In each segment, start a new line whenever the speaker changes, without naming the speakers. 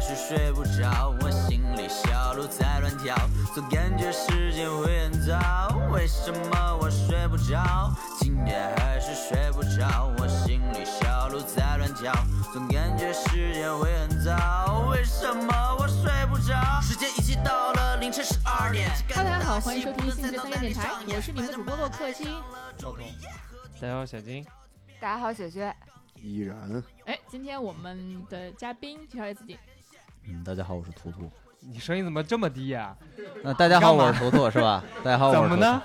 睡不着，我心里小鹿在乱跳，总感觉时间会很早。为什么我睡不着？今天还是睡不着，我心里小鹿在乱跳，总感觉时间会很早。为什么我睡不着？时间已经到了凌晨十二点。
Hello，大家好，欢迎收听新的三月电台，我是你们的主播洛克西。
大家好，小金。
大家好，雪雪。
依然，
哎，今天我们的嘉宾介绍一下自己，
嗯，大家好，我是图图。
你声音怎么这么低呀、
那、大家好，
干嘛
我是图图，是吧？大家好，哦我
怎
是
么
图图
呢？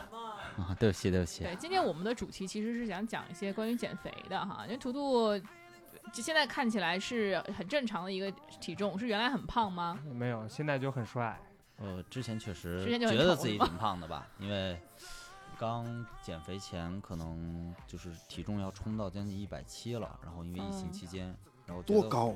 啊，对不起，对不起。
对，今天我们的主题其实是想讲一些关于减肥的哈，因为图图就现在看起来是很正常的一个体重，是原来很胖吗？
没有，现在就很帅。
呃，之前确实
之前就很
觉得自己
丑
挺胖的吧，因为刚减肥前可能就是体重要冲到将近一百七了，然后因为疫情
嗯
期间，然后觉
多
得
高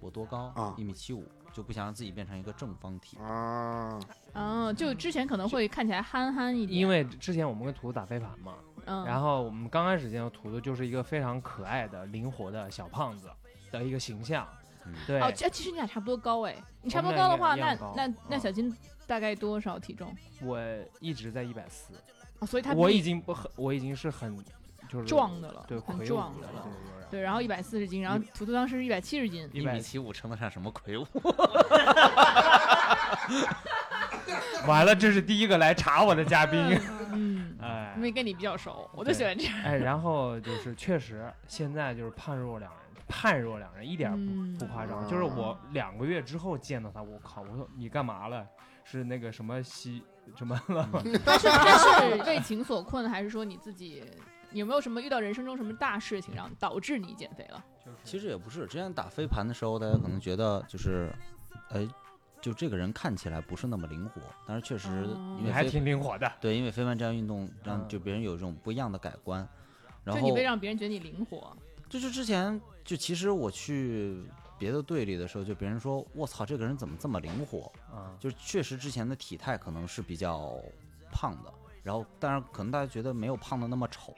我多高
啊
一米七五，就不想让自己变成一个正方体
啊！。啊，
嗯，就之前可能会看起来憨憨一点，
因为之前我们跟图图打飞盘嘛，
嗯，
然后我们刚开始见到图图就是一个非常可爱的、灵活的小胖子的一个形象。
嗯
对，
哦，其其实你俩差不多高哎，你差不多高
我们俩
的话，
一样
那
高
那那
嗯
小金大概多少体重？
我一直在一百四，
哦，所以他比
我
你
已经不很，我已经是很就是
壮的了，
对，
很
魁梧
壮的
的
了。
了。
对，然后一百四十斤，然后图图当时一百七十斤，
一
一
百
米七五称得上什么魁梧？
完了，这是第一个来查我的嘉宾。
嗯，
哎
因，为跟你比较熟，我就喜欢这 样。
哎，然后就是确实现在就是判若两人，判若两人，一点儿
嗯
不不夸张。就是
啊
我两个月之后见到他，我靠，我说你干嘛了？是那个什么西 什么了？
他 是他是为情所困，还是说你自己有没有什么遇到人生中什么大事情，让导致你减肥了？
其实也不是，之前打飞盘的时候，大家可能觉得就是，哎，就这个人看起来不是那么灵活，但是确实
哦
因
你
为
还
飞
挺灵活的。
对，因为飞盘这项运动
嗯
让就别人有一种不一样的改观。然
就
后
你会让别人觉得你灵活，
就是之前就其实我去别的队里的时候，就别人说我操，这个人怎么这么灵活？
嗯，
就是确实之前的体态可能是比较胖的，然后当然可能大家觉得没有胖的那么丑，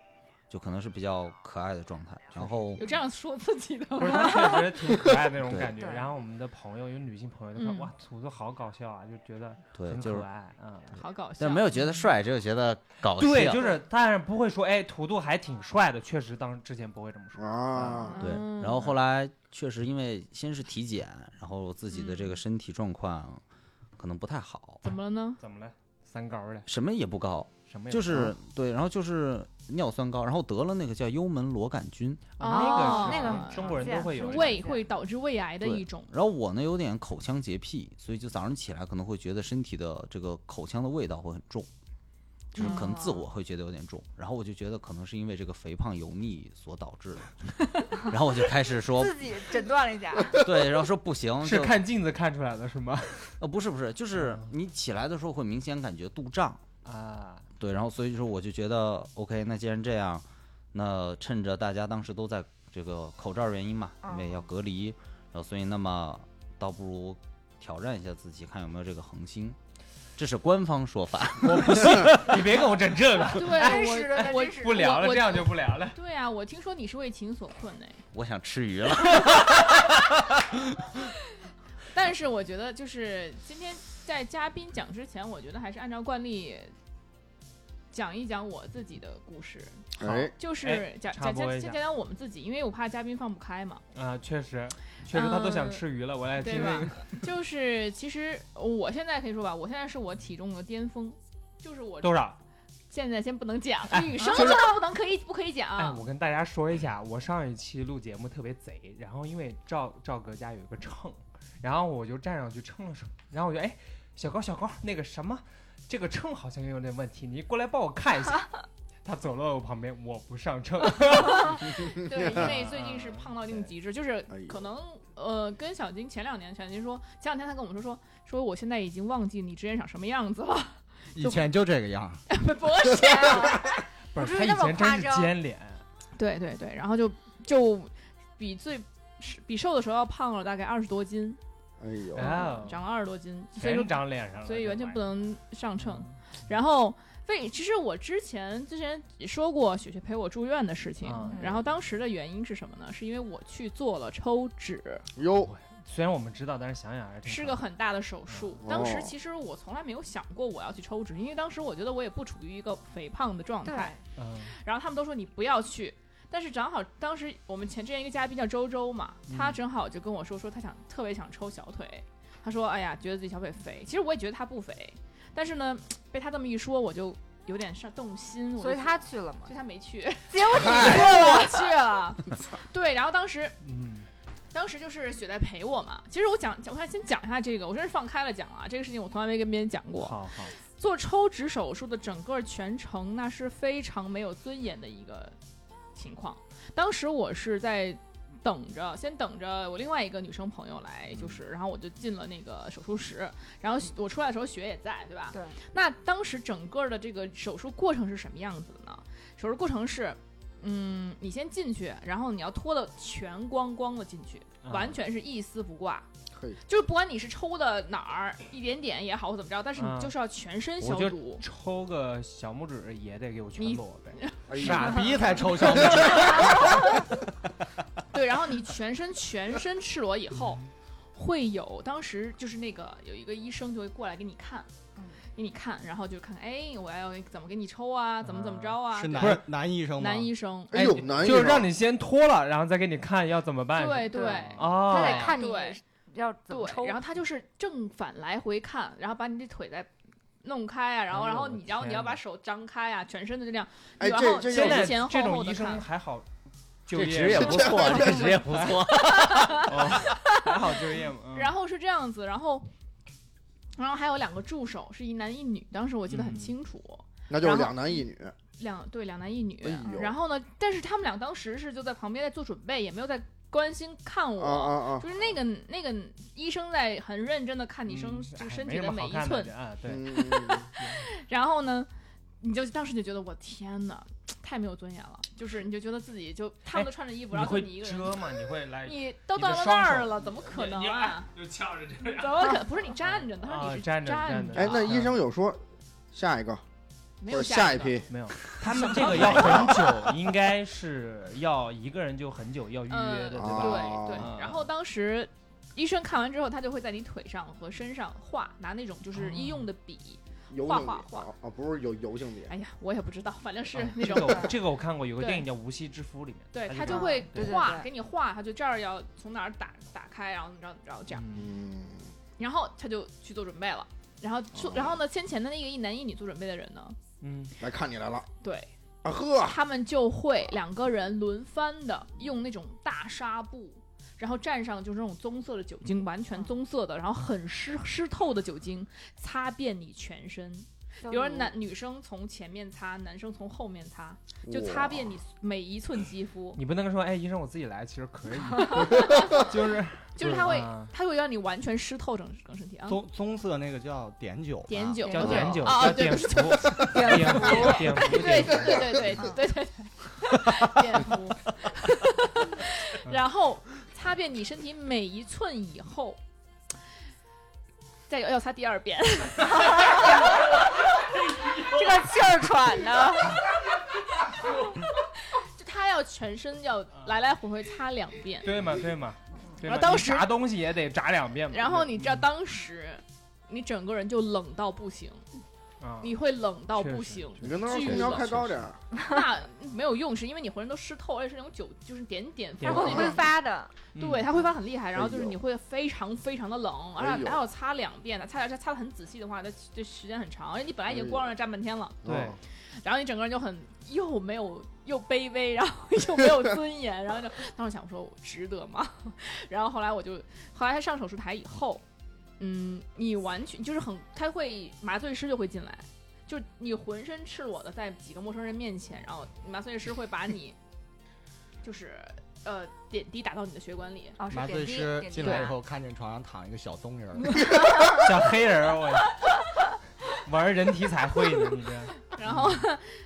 就可能是比较可爱的状态。然后
有这样说自己的
不
吗？
是，他确实挺可爱的那种
对
感觉。
对
然后我们的朋友有女性朋友都说
嗯
哇，图图好搞笑啊，就觉得
对，
很
就是
可爱。嗯，
好搞笑，
但没有觉得帅，只有觉得搞笑。
对，就是但是不会说哎，图图还挺帅的，确实当之前不会这么说。
啊，
对
嗯，
然后后来确实因为先是体检，然后自己的
嗯
这个身体状况可能不太好，
怎么了呢？
怎么了？三高了？
什么也不高，
什么也
就
不
是对，然后就是尿酸高，然后得了那个叫幽门螺杆菌。
啊那个是
哦那个
中国人都会有
是
的
胃会导致胃癌的
对
一 种，
然后我呢有点口腔洁癖，所以就早上起来可能会觉得身体的这个口腔的味道会很重，就是可能自我会觉得有点重。然后我就觉得可能是因为这个肥胖油腻所导致的， 然后我就开始说
自己诊断了一下，
对，然后说不行，
是
就
看镜子看出来的是吗？
呃不是不是，就是你起来的时候会明显感觉肚胀。
啊，
对，然后所以说我就觉得 OK，那既然这样，那趁着大家当时都在这个口罩原因嘛，因为
嗯
要隔离，然后所以那么倒不如挑战一下自己，看有没有这个恒星。这是官方说法，
你别跟我整这个，
对，
真实
我哎
的，
我
真实
不
的。
聊了，
我
这样就不聊了。
对啊，我听说你是为情所困哎，
我想吃 鱼了。
但是我觉得，就是今天在嘉宾讲之前，我觉得还是按照惯例讲一讲我自己的故事，
哎，
就是
哎
讲
插
讲
播
讲
一下
先讲讲我们自己，因为我怕嘉宾放不开嘛，
啊，确实，确实他都想吃鱼了。我来
嗯对
听
吧
听，
就是其实我现在可以说吧，我现在是我体重的巅峰，就是我
多少？
现在先不能讲，
哎
女生
就是
这话不能可以不可以讲
哎，
啊？
我跟大家说一下，我上一期录节目特别贼，然后因为赵赵哥家有一个秤，然后我就站上去称了称，然后我就哎，小高小高，那个什么，这个秤好像有点问题，你过来帮我看 一下。他走到我旁边，我不上秤，
对，因为最近 是胖到一定极致，就是
哎呦
可能呃，跟小金前两年，小金说前两天他跟我们说说说我现在已经忘记你之前长什么样子了，
以前就这个样，
不是。啊
不是他
不是
以
那么
前真
夸
是
张
尖脸，
对对对，然后就就比最是比瘦的时候要胖了大概二十多斤，嗯
哎呦，
哦
长了二十多斤，所以说
全长脸上了，
所以完全不
能
能上
嗯
秤。。然后为其实我之前之前也说过雪雪陪我住院的事情，
嗯
然后当时的原因是什么呢？是因为我去做了抽脂，
哟，
虽然我们知道，但是想想还是挺
是
可
个很大的手术。当时其实我从来没有想过我要去抽脂，因为当时我觉得我也不处于一个肥胖的状态。
嗯
然后他们都说你不要去，但是正好当时我们前之前一个嘉宾叫周周嘛，他正好就跟我说说他想特别想抽小腿，他说哎呀觉得自己小腿肥，其实我也觉得他不肥，但是呢被他这么一说我就有点上动心，我就
所以他哎去了嘛
所以。他没去，
结果 你去了，
我去了，对，然后当时
嗯
当时就是雪在陪我嘛，其实我讲讲我想先讲一下这个，我真是放开了讲啊，这个事情我从来没跟别人讲过，
好好
做抽脂手术的整个全程，那是非常没有尊严的一个情况。当时我是在等着，先等着我另外一个女生朋友来，就是，然后我就进了那个手术室，然后我出来的时候血也在，对吧？
对。
那当时整个的这个手术过程是什么样子的呢？手术过程是。嗯，你先进去，然后你要脱的全光光的进去，
啊嗯
完全是一丝不挂，
嘿，
就是不管你是抽的哪儿一点点也好或怎么着，但是你
嗯
就是要全身消
我就
毒。
抽个小拇指也得给我全
你
裸呗，
哎呦
啊
傻逼 才抽小拇指，
对，然后你全身全身赤裸以后，
嗯
会有当时就是那个有一个医生就会过来给你看
嗯，
给你看，然后就看哎我要怎么给你抽啊，怎么怎么着啊，
是
对
男男医生吗？
男医生，
哎呦，难
就是
你
让你先脱了，然后再给你看要怎么办。
对
对
对。
哦，
他得看你
对
要怎么抽
对，然。后他就是正反来回看，然后把你这腿再弄开啊，然后
哎呦
然后
我
你然后你
天
要
哪
把手张开啊，全身的这样，
哎
然
这
后
这
现在
前前
这
后后
种
的
医生
看，
还好就
这
业吗，
职业不错，这个职业不 错。
还哦好就业嘛。嗯
然后是这样子，然后然后还有两个助手是一男一女，当时我记得很
嗯
清楚。
那就是两男一女，啊
两对两男一女
哎呦，
然后呢，但是他们俩当时是就在旁边在做准备，也没有在关心看
啊
我。
啊啊！
就是那个那个医生在很认真的看你身、
嗯
就
哎
身
没
体
什
的
么
每
好
一
看
寸，
啊，对，
嗯，嗯嗯
然后呢，你就当时就觉得我天哪，太没有尊严了，就是你就觉得自己就他们都穿着衣服，
哎你
然后
会
就你一个人，
遮吗？你 会来？
你都
你的
到到
双
那儿
手
了，怎么可能
你
啊？
就翘着这样。
怎么可不是你站着呢？他说
啊
你是
站着站着
着，
哎，那
一
医生有说下一个
啊嗯没
或
有
者下
一
一
个，
批？
没有，他们这个要很久，应该是要一个人就很久，要预约的，
嗯，
对
吧
吧？
对
啊
哦
然后当时医生看完之后，他就会在你腿上和身上画，拿那种就是医用的笔。
油
画
性
画
别
画
啊啊，不是油油性别，
哎呀，我也不知道，反正是
哦
啊
那
这
种。
个我这个我看过，有个
对
电影叫《无锡之夫》，里面
对他
他
就
这
会
样啊对对
画，
对
给你画，他就这儿要从哪儿打打开，然后怎么着怎么着这样，
嗯
嗯，
然后他就去做准备了。然后
哦
做，然后呢，先前的那个一男一女做准备的人呢，
嗯，
来看你来了
对
啊呵，
他们就会两个人轮番的用那种大纱布，然后蘸上就是那种棕色的酒精，完全棕色的，然后很湿湿透的酒精，擦遍你全身。比如说男女生从前面擦，男生从后面擦，就擦
哇
遍你每一寸肌肤，
你不能说哎，医生我自己来，其实可 以，就是
就是他会
啊
他会让你完全湿透整整身体啊。
棕棕色那个叫碘酒吧，
碘酒
叫碘酒，
啊，
叫
哦对
碘
对
伏，碘伏，碘 伏，
对对
碘伏
对对对对对对，碘伏，然后擦遍你身体每一寸以后，再要要擦第二遍，
这个气儿喘的，
就他要全身要来来回回擦两遍。
对嘛对嘛，对嘛
啊当
你
时
炸东西也得炸两遍嘛。
然后你知道当时你整个人就冷到不行，
啊，
你会冷到
确
不
实
行，
你跟他说
巨
空调
冷
开高点儿，啊
那没有用，是因为你浑身都湿透，而且是那种酒，就是点点
点
发的
然后
点
那
挥
种。
发的，
嗯
对，它挥发很厉害，然后
哎
就是
呦
你会非常非常的冷，
哎
而且
呦
还要擦两遍的，擦擦擦的很仔细的话，那这时间很长，而且你本来已
哎
经光着站半天了，
对
啊
然后你整个人就很又没有又卑微，然后又没有尊严，然后就当时想说我值得吗？ 然后后来我就后来他上手术台以后，嗯，你完全就是很，他会麻醉师就会进来，就你浑身赤裸的在几个陌生人面前，然后麻醉师会把你就是呃点滴打到你的血管
啊
里，
哦，是
麻
点
醉
滴
师
点滴
进来以后，看见床上躺一个小棕 人儿，
小黑人儿，我玩人体彩绘呢，你 这
然后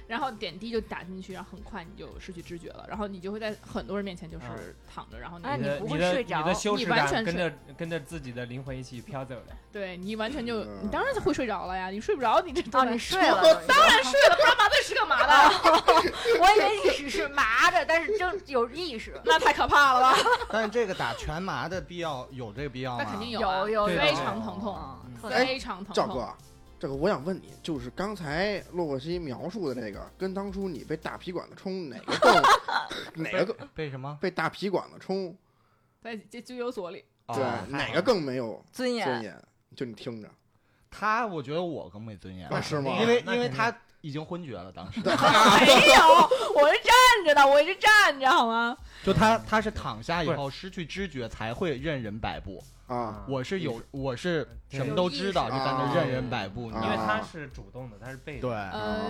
然后点滴就打进去，然后很快你就失去知觉了，然后你就会在很多人面前就
啊
是躺着，然后你
哎
你的
你不会
你的
睡着
你的羞耻感
你完全
跟着跟着自己的灵魂一起飘走了。
对你完全
嗯
就你当然会睡着了呀，你睡不着啊你这啊都
哦，
在
你睡了，
当然睡了，不然麻醉师干嘛的？
我以为你只是麻着，但是正有 意识，
那太可怕了吧？
但是这个打全麻的必要有这个必要 吗？
那肯定有啊
有有
对
非
的
常疼痛，啊
嗯
嗯
特
哎
别
非常疼
赵
痛。
哥，这个我想问你，就是刚才洛洛西描述的这个，跟当初你被大皮管子冲哪个 更哪个更
被哦什么？
被大皮管子冲，
在这拘留所里，
对、
哦
啊
哪个更没有
尊
尊
严，
严？就你听着，
他我觉得我更没尊严
那，啊是吗？
因为
啊那
因为
肯定
他已经昏厥了，当时
没有，我是站着的，我是站着好吗？
就他他是躺下以
不是
后失去知觉才会任人摆布，
啊，
我是有我是
对
什么都知道
有
就
意识
在那任人摆布，你
啊
因
知
为
道吗
他是主动的，他是被动的。
对，
呃
啊，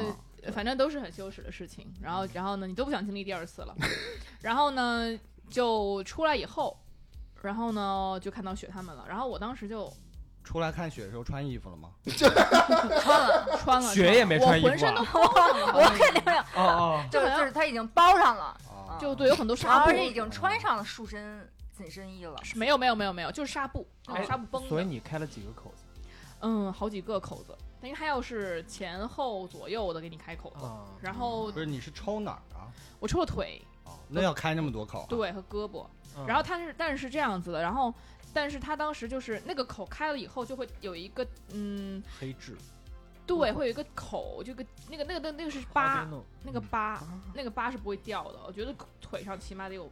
反正都是很羞耻的事情。然后，然后呢，你都不想经历第二次了。 然后呢，就出来以后，然后呢，就看到雪他们了。然后我当时就
出来看雪的时候穿衣服了吗？
穿了
雪也没穿衣服
我
啊
浑身都
我肯定没有，
哦哦，
就是就是他已经包上了，
啊，
就对，有很多
然
纱
后
布
而，且已经穿上了束身紧身衣了，
是没有没有没有没有，就是纱布，那种
哎
纱布绷
所以
的，
你开了几个口子
嗯，好几个口子。但因为它要是前后左右的给你开口子，
啊？
然后
不是你是抽哪儿啊？
我抽了腿，
哦，那要开那么多口啊，
对和胳膊，
嗯
然后他是，但是是这样子的，然后，但是他当时就是那个口开了以后，就会有一个，嗯，
黑痣
对，会有一个口，这个那个那个那个那个是疤，那
嗯
个疤，
啊
那个疤是不会掉的。我觉得腿上起码得有，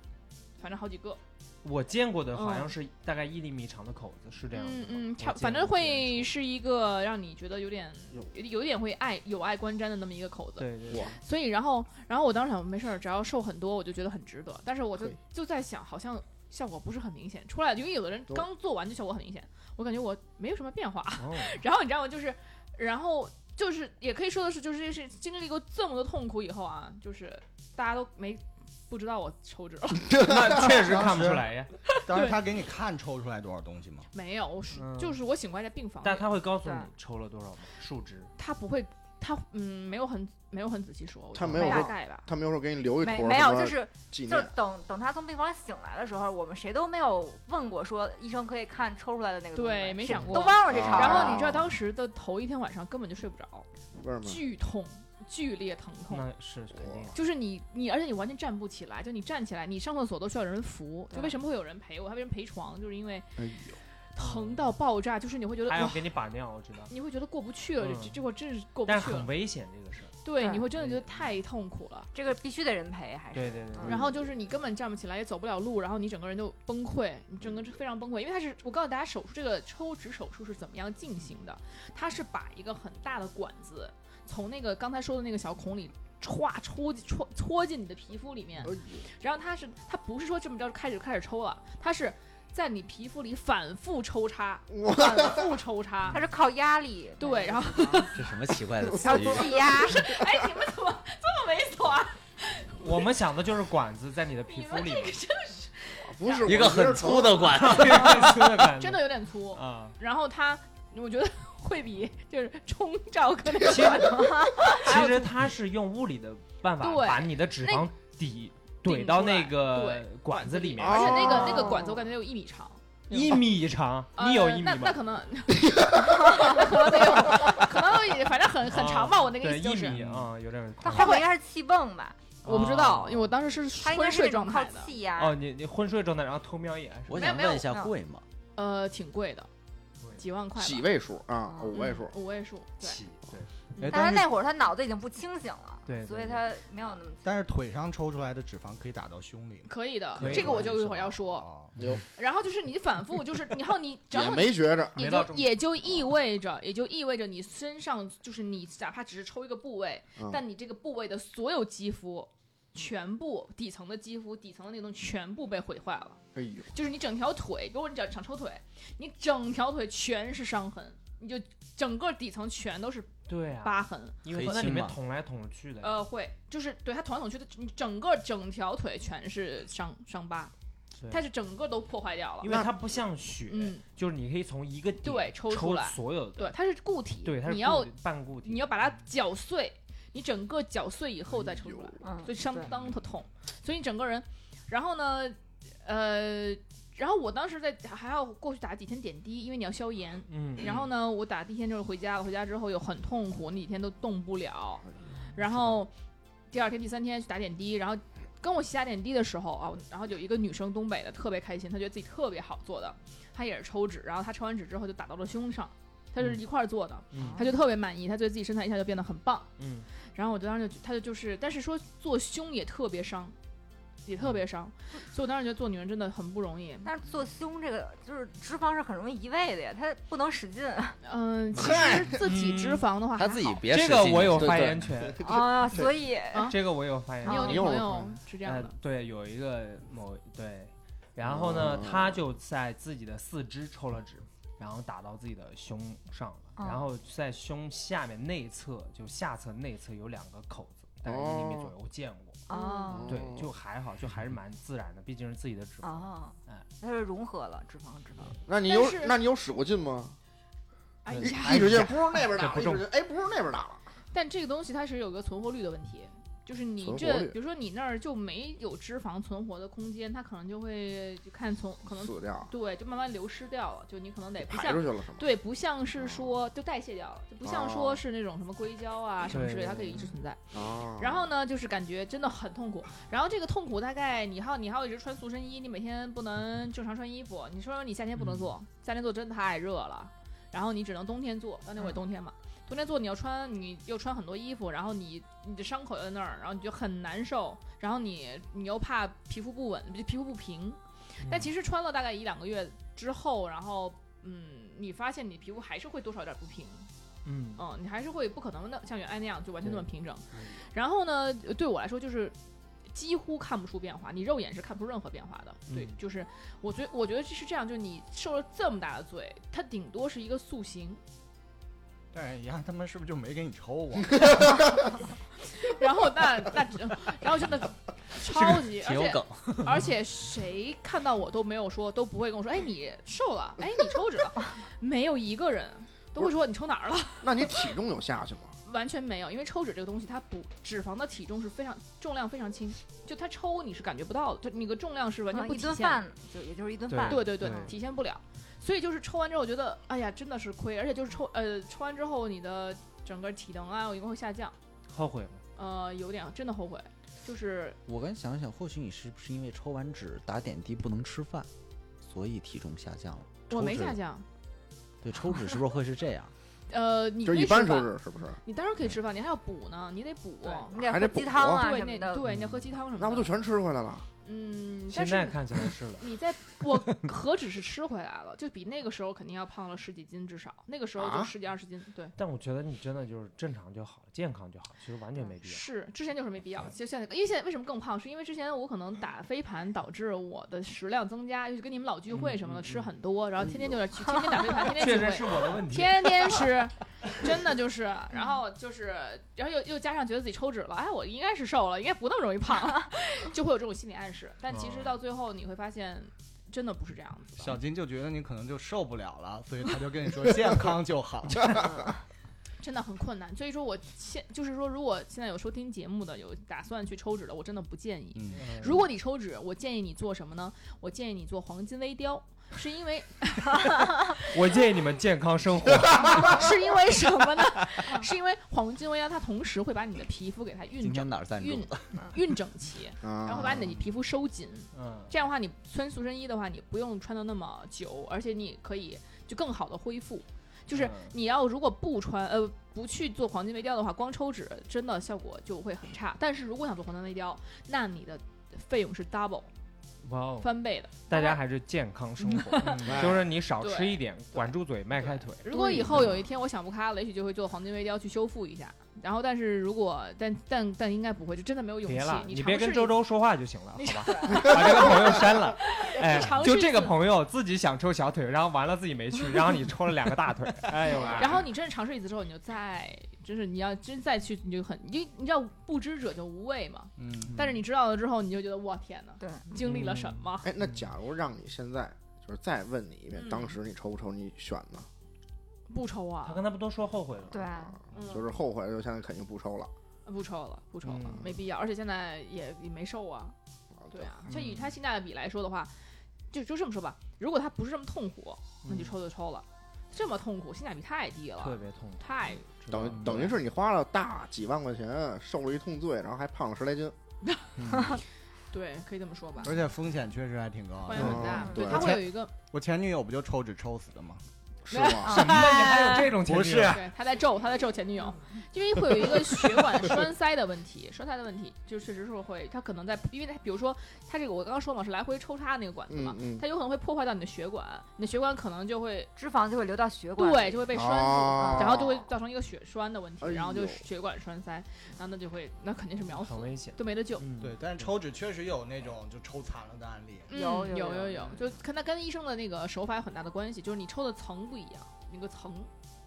反正好几个，
我见过的好像是大概一厘米长的口子，是这样子
嗯
吗。
嗯，
我
差，
见
反正
过别人
会是一个让你觉得有点
有
有有点会爱有爱观瞻的那么一个口
抽
子。
对对对
哇，
所以，然后，然后我当时想没事儿，只要瘦很多，我就觉得很值得。但是我就
对
就在想，好像效果不是很明显。出来，因为有的人
都
刚做完就效果很明显，我感觉我没有什么变化。
哦
然后你知道吗？就是，然后就是也可以说的是，就是这是经历过这么多痛苦以后啊，就是大家都没不知道我抽 脂了，
那确实看不出来呀。
当时他给你看抽出来多少东西吗？
没有，我是、
嗯
就是我醒过来在病房里，
但他会告诉
对
你抽了多少吗？数值
他不会，他嗯没有很没有很仔细说，我觉
他
得
没有
大
说
概吧。
他没有说给你留一坨
没
什
没有，
么
就是
纪
就是
念，
等等他从病房醒来的时候，我们谁都没有问过说医生可以看抽出来的那个东西，
对，没想过。
都忘了这茬儿了。
然后你知道当时的头一天晚上根本就睡不着，
为什么？
剧痛，剧烈疼痛。
嗯那是肯定啊。
就是你你，而且你完全站不起来，就你站起来，你上厕所都需要有人扶。就
对
为什么会有人陪我，还有人陪床，就是因为
哎呦，
疼到爆炸，就是你会觉得
他要
哇，
给你把尿，我知道，
你会觉得过不去了，这
嗯
这我真是过不
但
去
是很
了。
危险这个事儿。
对，
对
你会真的觉得太痛苦了。
这个必须得人陪，还是
对对对
嗯
然后就是你根本站不起来，也走不了路，然后你整个人就崩溃，你整个非常崩溃。因为它是我告诉大家，手术这个抽脂手术是怎么样进行的，它是把一个很大的管子从那个刚才说的那个小孔里。歘，戳进戳戳进你的皮肤里面
哎，
呃
呦
然后它是它不是说这么着开始开始抽了，它是在你皮肤里反复抽插，
哇
反复抽插
他。是靠压力
对然
后
这什么奇怪的词
然后
语？
气压，
哎，你们怎么这么猥琐啊？
我们想的就是管子在你的皮
你
肤
们
里
这
面
个，真的是
不是
一个很粗，的管，
粗的管子
真的有点粗。
啊。
然后它，我觉得 会比 就是冲照跟那个
其实他是用物理的办法
对
把你的脂肪抵怼到那个管子里面
而
对
且
去，
那
哦
个那个管子我感觉有一米长。
一米长，
呃
你有一米
那那
吗？
可能， 那可能得有，可能也反正很很长吧。我那个
对，
意思就
一
是，
米啊，
嗯
哦有点
他
夸张。
后悔应该是气泵吧？
我不知道，因为我当时
他
是
应该
昏
是
睡
那
状
种靠
态的。
气压。
哦，你你昏睡状态，然后偷瞄一眼是吧，
我想问一下贵吗？
呃，挺贵的，几万块吧。
几位数啊，五位数
嗯，五位数，对，
哎
但
但
他
是
那会儿他脑子已经不清醒了，
对对
所以
对
他没有那么。
但是腿上抽出来的脂肪可以打到胸里吗，
可以的
可以。
这个我
的
就一会儿要说。
哦
有
然后就是你反复，就是然后 你，然
也
后
没觉着，
也
啊没到
就
重
也就意味着，也就意味着你身上就是你哪怕只是抽一个部位，
嗯
但你这个部位的所有肌肤，全部底层的肌肤、底层的那种全部被毁坏了。
哎呦，
就是你整条腿，如果你想想抽腿，你整条腿全是伤痕，你就整个底层全都是
对啊，
疤痕。
因为
可以
那里
亲
面
吗
捅来捅去的，
呃，会，就是对它捅来捅去的，你整个整条腿全是伤伤疤
对，
它是整个都破坏掉了
因。为它不像血，
嗯，
就是你可以从一个点
对抽
抽
出来
所有
对，
的，
它是固体，
对，它是
你要
固半固体，
你要把它搅碎，你整个搅碎以后再抽
哎
出来，
嗯
所以相
对
当的痛，所以你整个人，然后呢，呃，然后我当时在还要过去打几天点滴，因为你要消炎。
嗯，
然后呢，我打第一天就是回家了，回家之后又很
嗯
痛苦，那几天都动不了，然后第二天、第三天去打点滴，然后跟我起打点滴的时候啊，然后有一个女生东北的特别开心，她觉得自己特别好做的，她也是抽脂，然后她抽完脂之后就打到了胸上，她是一块儿做的，
嗯
她就特别满意，她觉得自己身材一下就变得很棒。
嗯
然后我就当时就她就就是，但是说做胸也特别伤，也特别伤，所以我当时觉得做女人真的很不容易。
但是做胸这个就是脂肪是很容易移位的呀，它不能使劲
嗯，其实自体脂肪
嗯
的话还
他
好，
自己别
这
使
个
劲
我有
对
发
对
言 权，
啊，所以
这个我有发言
你
权。
有
你
女
有
朋
女
友
朋友
是这样
呃
的，，
对，有一个某对，然后呢，他就在自己的四肢抽了脂，然后打到自己的胸上了，
哦
然后在胸下面内侧，就下侧内侧有两个口子，大概一厘米左右，我见过。
啊
对，就还好，就还是蛮自然的，毕竟是自己的
嗯
脂
哦
肪。
啊
哎，
它是融合了脂肪脂肪。
那你
但
有
是
那你有使过劲吗？
哎
嗯
呀，
一使劲，不是那边
这
打了，
不
一
中
使劲，哎，不是那边打了。
但这个东西它是有个存活率的问题，就是你
存活
这，
率
比如说你那儿就没有脂肪存活的空间，它可能就会就看从可能
死掉，
对，就慢慢流失掉了，就你可能得不
排出
像
去了是吗？
对，不像是说就代谢掉了，就不像说
哦
是那种什么硅胶啊什么之类，它可以一直存在。
啊，
然后呢，就是感觉真的很痛苦。然后这个痛苦大概你还要你还要一直穿塑身衣，你每天不能正常穿衣服。你说你夏天不能做，夏天做真的太热了。然后你只能冬天做，当天我也冬天嘛，冬天做你要穿，你又穿很多衣服，然后你你的伤口又在那儿，然后你就很难受，然后你你又怕皮肤不稳，就皮肤不平。但其实穿了大概一两个月之后，然后嗯，你发现你皮肤还是会多少有点不平，
嗯，
嗯，你还是会不可能的像原来那样就完全那么
对
平整
嗯。
然后呢，对我来说就是几乎看不出变化，你肉眼是看不出任何变化的。对
嗯，
就是我觉我觉得是这样，就是你受了这么大的罪，它顶多是一个塑形。
但是呀，他们是不是就没给你抽 啊？
然后那那，然后真的超级，而
挺有
且
梗，
而且谁看到我都没有说，都不会跟我说，哎，你瘦 了，哎，你抽脂了，没有一个人都会说你抽哪儿了。
那你体重有下去吗？
完全没有，因为抽脂这个东西，它不脂肪的体重是非常重量非常轻，就它抽你是感觉不到的，就你个重量是完全
啊
不
一
体
顿
现的。
饭就也就是一顿饭，
对对对，
对
体现不了。所以就是抽完之后，我觉得哎呀，真的是亏，而且就是抽呃抽完之后，你的整个体能啊，我一定会下降，
后悔吗？
呃，有点真的后悔，就是
我刚想了想，或许你是不是因为抽完脂打点滴不能吃饭，所以体重下降了？
我
抽
没
脂
下降，
对，抽脂是不是会是这样？
呃，你
就
可
是
以
一
吃
般
饭，
抽脂是不是？
你当然可以吃饭，你还要补呢，你得补。
对你得
还
喝
得补
鸡汤啊
对，
什么
那
的。
对
嗯
你得喝鸡汤什么的。
那不就全吃回来了？
嗯，但
现
是
在看起来是了。
你在我何止是吃回来了，就比那个时候肯定要胖了十几斤至少，那个时候就
啊
十几二十斤，对，
但我觉得你真的就是正常就好，健康就好，其实完全没必要。
是之前就是没必要，就现在，因为现在为什么更胖，是因为之前我可能打飞盘导致我的食量增加，就是跟你们老聚会什么的、
嗯嗯
吃很多，然后天天就是 去天天打飞盘，天天
确
聚
实
会，
是我的问题。
天天吃，真的就是，然后就是，然后又又加上觉得自己抽脂了，哎，我应该是瘦了，应该不那么容易胖，啊 就会有这种心理暗示。但其实
哦
到最后你会发现，真的不是这样子的。
小金就觉得你可能就受不了了，所以他就跟你说健康就好。
真的很困难。所以说我现就是说，如果现在有收听节目的，有打算去抽脂的，我真的不建议。
嗯，
如果你抽脂，我建议你做什么呢？我建议你做黄金微雕，是 因为
我建议你们健康 生活。
是因为什么呢？ 是因为黄金微雕它同时会把你的皮肤给它
今
熨
天
整、
哪儿赞助
熨？熨整齐，
啊，
然后把你的皮肤收紧。
嗯，
这样的话，你穿塑身衣的话，你不用穿的那么久，而且你可以就更好的恢复。就是
嗯
你要如果不穿呃不去做黄金微雕的话，光抽脂真的效果就会很差。但是如果想做黄金微雕，那你的费用是 double
哇哦，
翻倍的。
大家还是健康生活，
嗯
哎
就是你少吃一点，管住嘴，迈开腿。
如果以后有一天我想不开了，也许就会做黄金微雕去修复一下。然后，但是如果但但但应该不会，就真的没有勇气
别了，。
尝
别
试
跟
一
周周说话就行了，
你
好吧？ 把这个朋友删了。哎
你尝，试
就
一
这个
次
朋友自己想抽小腿，然后完了自己 没去，然后你抽了两个大腿。哎呦喂！
然后你真的尝试一次之后，你就再就是你要真再去，你就很你你知道不知者就无畏嘛。
嗯，
但是你知道了之后，你就觉得我天哪，
对，
经历了什么？
哎，那假如让你现在就是再问你一遍
嗯，
当时你抽不抽？你选呢？
不抽
他
啊，
刚才不都说后悔了？
对
啊
嗯
就是后悔，就现在肯定不抽了。
不抽了，不抽了，
嗯
没必要。而且现在也也没瘦啊，对啊。就以他性价比来说的话，就就这么说吧，如果他不是这么痛苦，那就抽就抽了。这么痛苦，性价比太低
特
了，
别痛苦。嗯
太
知道
等
吗
于 等于是你花了大几万块钱，受了一通罪，然后还胖了十来斤。
对，可以这么说吧，
而且风险确实还挺高的
风险。很大
嗯，
对，
对
它会有一个，
我前女友不就抽纸抽死的吗？
是吗？
什么？你还有这种前
不
提
是
啊？
对，他在咒，他在咒前女友，因为会有一个血管栓塞的问题，栓塞的问题就确实是会，它可能在，因为它比如说它这个我刚刚说嘛是来回抽插那个管子嘛
嗯，嗯，
它有可能会破坏到你的血管，你的血管可能就会
脂肪就会流到血管，
对，就会被栓
哦
死，然后就会造成一个血栓的问题，
哎呦
然后就血管栓塞，然后那就会那肯定是秒死
很，危险。
都没得救。
嗯，
对，但是抽纸确实有那种就抽残了的案例。
嗯
有
有
有
有
有
就看它跟医生的那个手法有很大的关系，就是你抽的层不一样，那个层，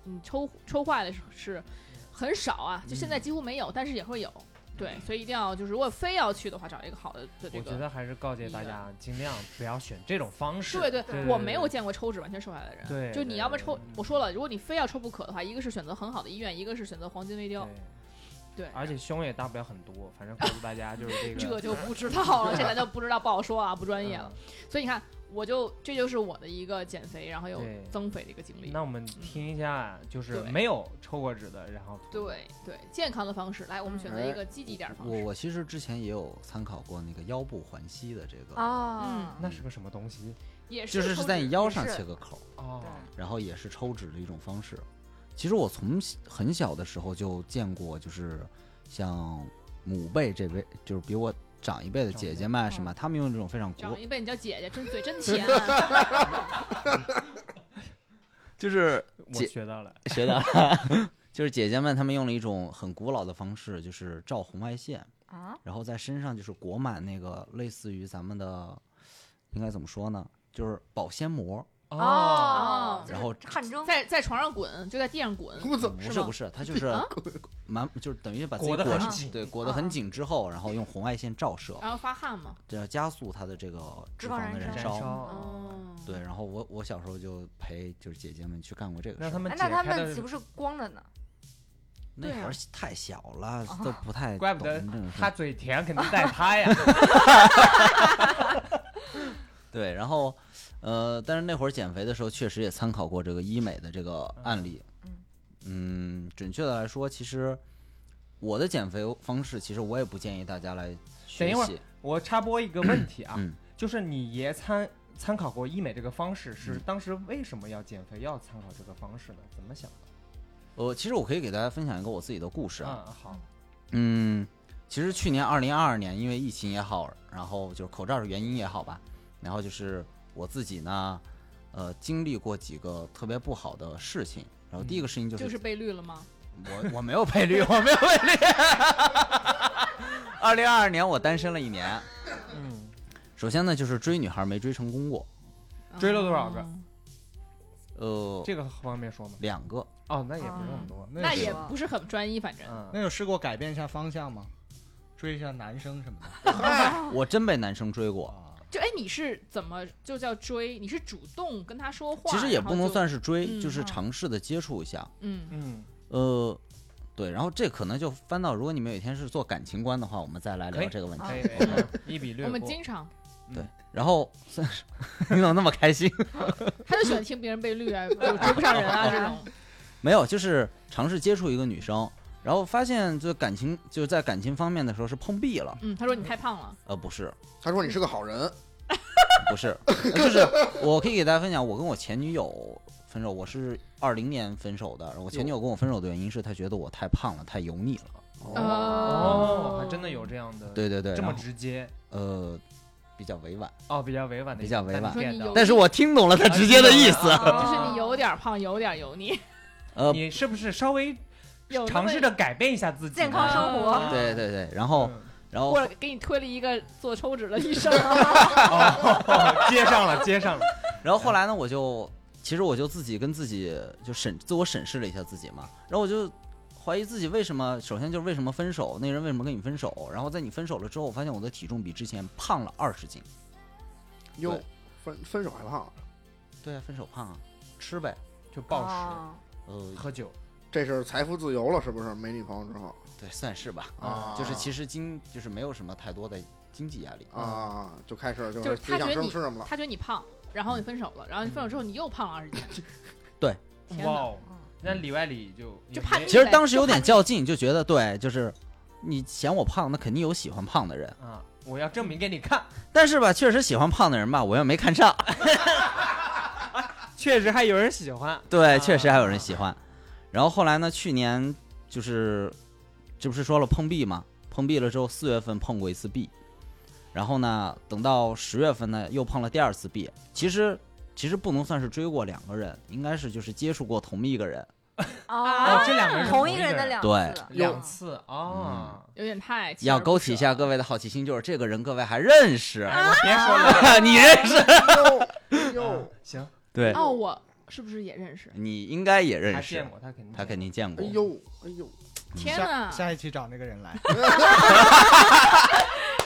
你抽抽坏的是是很少啊，就现在几乎没有，但是也会有。对，所以一定要就是如果非要去的话，找一个好的的这
我觉
个。
得还是告诫大
医
家尽量不要选这种方式。
对对，
对
我
对
没
对
有见过抽脂完全瘦下来的人。
对
就你
对
要么
对
抽
对，
我说了，如果你非要抽不可的话，一个是选择很好的医院，一个是选择黄金微雕。对，
而且胸也大不了很多，反正告诉大家就是 这个。嗯
这个就不知道 了，这咱就不知道，不好说啊，不专业了。所以你看，我就这就是我的一个减肥，然后有
对
增肥的一个经历。
那我们听一下，就是
对
没有抽过纸的，然后
对对，健康的方式，来，我们选择一个积极一点的方
我
哎
式。
我其实之前也有参考过那个腰部环吸的这个，
啊，
那是个什么东西
嗯也
就是是
抽
是在
脂
你腰上
也是
切个口，
哦
然后也是抽脂的一种方式。其实我从小很小的时候就见过，就是像母辈这辈，就是比我长一辈的
长
姐
辈
姐们啊什么，她们用这种非常古
长一辈你叫姐姐，真嘴 真甜啊。
就是
我
姐
学到了，
学的， 就是姐姐们她们用了一种很古老的方式，就是照红外线，
啊，
然后在身上就是裹满那个类似于咱们的，应该怎么说呢？就是保鲜膜，
哦，
哦
就是
然后
汗蒸哎
在在床上滚，就在地上滚。
我操！
不
是
是
吗
不是，它就是
啊
满就是等于把自己
裹得
裹
很
上
紧
对，裹得很紧之后，然后用红外线照射，
然后发汗嘛，
这要加速它的这个脂
脂肪
肪的
燃
燃
燃
烧。
烧，
哦，
对，然后我我小时候就陪就是姐姐们去干过这个
让
事儿，
他们
哎
解
那他
开
们
的
岂不是光着呢？
那
对
会
啊
儿太小了， 都不太
怪
懂
不得
这种事
他嘴甜，肯定带他呀。
对，然后，呃，但是那会儿减肥的时候，确实也参考过这个医美的这个案例。嗯，准确的来说，其实我的减肥方式，其实我也不建议大家来
等一
学
会儿
习。
我插播一个问题啊，
嗯
就是你爷参参考过医美这个方式，是当时为什么要减肥，要参考这个方式呢？怎么想的？
呃，其实我可以给大家分享一个我自己的故事啊。
啊，好，
嗯，其实去年二零二二年，因为疫情也好，然后就是口罩的原因也好吧，然后就是我自己呢，呃，经历过几个特别不好的事情。然后第一个事情
就是被绿了吗？
我我没有配绿，我没有配绿。二零二二年我单身了一年，
嗯，
首先呢就是追女孩没追成功过，
追了多少个
哦
呃，
这个方便说吗？
两个，
哦，那也不是很多，
那
那
有
也
试
不是很专一，反正。
嗯，
那有试过改变一下方向吗？追一下男生什么的？
我真被男生追过，
啊，
就哎，你是怎么就叫追？你是主动跟他说话？
其实也
然后
不能
就
算是追，
嗯
就是尝试的接触一下，
嗯，
嗯，
呃，对，然后这可能就翻到，如果你们有一天是做感情观的话，我们再来
可
聊
以
这个问
啊
题。
可以，一笔略
我
过
们。经常
然后，你怎么那么开心？
他就喜欢听别人被绿啊， 有追不上人啊这种。
没有，就是尝试接触一个女生，然后发现就感情就在感情方面的时候是碰壁了，
嗯，他说你太胖了，
呃，不是，
他说你是个好人，
不是， 呃就是我可以给大家分享，我跟我前女友分手，我是二零年分手的。然后我前女友跟我分手的原因是她觉得我太胖了，太油腻了。
呃
哦，还真的有这样的，
对对对，
这么
然后
直接
呃，比较委婉，
哦，比较委婉的意
比
思，
较委婉
但你 get
说你有
到
但是我听懂了她直接的意思。
啊
就是你有点胖，有点 油腻，
呃，
你是不是稍微
有那么
尝试着改变一下自己呢哦
健康生活
啊
对对对，然后然后
或者给你推了一个做抽脂的 医生。
哦， 接上了，接上了。
然后后来呢，我就其实我就自己跟自己就审自我审视了一下自己嘛，然后我就怀疑自己为什么，首先就是为什么分手，那个人为什么跟你分手，然后在你分手了之后，我发现我的体重比之前胖了二十斤。
哟
对，
分分手还胖，
对啊，分手胖啊，吃呗。
就暴食、
啊
呃，
喝酒，
这是财富自由了，是不是？没女朋友之后
对，算是吧。
啊
就是其实经就是没有什么太多的经济压力。
啊，就开始就
就是是
自己
他
想
觉得
吃什
你
么吃什么了。
他觉得你胖，然后你分手了，然后你分手之后你又胖了二十斤。
对
天
哇
哪，
哦，那里外里就
就怕
也
你
其实当时有点较劲，就觉得对，就是你嫌我胖，那肯定有喜欢胖的人。
没啊，我要证明给你看。
但是吧，确实喜欢胖的人吧，我又没看上。
确实还有人喜欢，
对，确实还有人喜欢。然后后来呢，去年就是这不是说了碰壁嘛，碰壁了之后，四月份碰过一次壁，然后呢，等到十月份呢，又碰了第二次壁。其实其实不能算是追过两个人，应该是就是接触过同一个人。
哦
这两个人是
同
同
一
一
个
个
人的
人
两
对
次，
啊两次啊！
有点太锲
要
而不
勾起一
舍
下
了
各位的好奇心，就是这个人各位还认识，
哎我别说了，
你认识？
哟
啊
哟，
行，
对，
哦，我是不是也认识？
你应该也
他
认识
见，过，他肯定
他肯
定
定见
哎
过。
呦，哎 呦，
天
下
哪！
下一期找那个人来，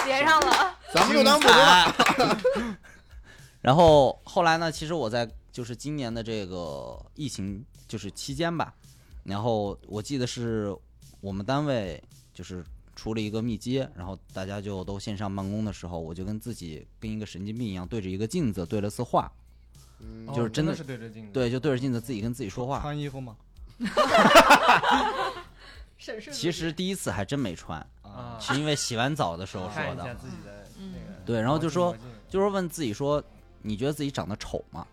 连上了，
咱们就当不知道。
然后后来呢，其实我在就是今年的这个疫情就是期间吧，然后我记得是我们单位就是出了一个密接，然后大家就都线上办公的时候，我就跟自己跟一个神经病一样，对着一个镜子对了次话，
嗯
就是真
真
的
是对着镜子，
对，就对着镜子自己跟自己说话。
穿衣服吗？
审视
其实第一次还真没穿，
啊，
是因为洗完澡的时候
看
说
一下
的。
自己的
嗯
那个，
对然后就说
镜子
就是问自己说，你觉得自己长得丑吗？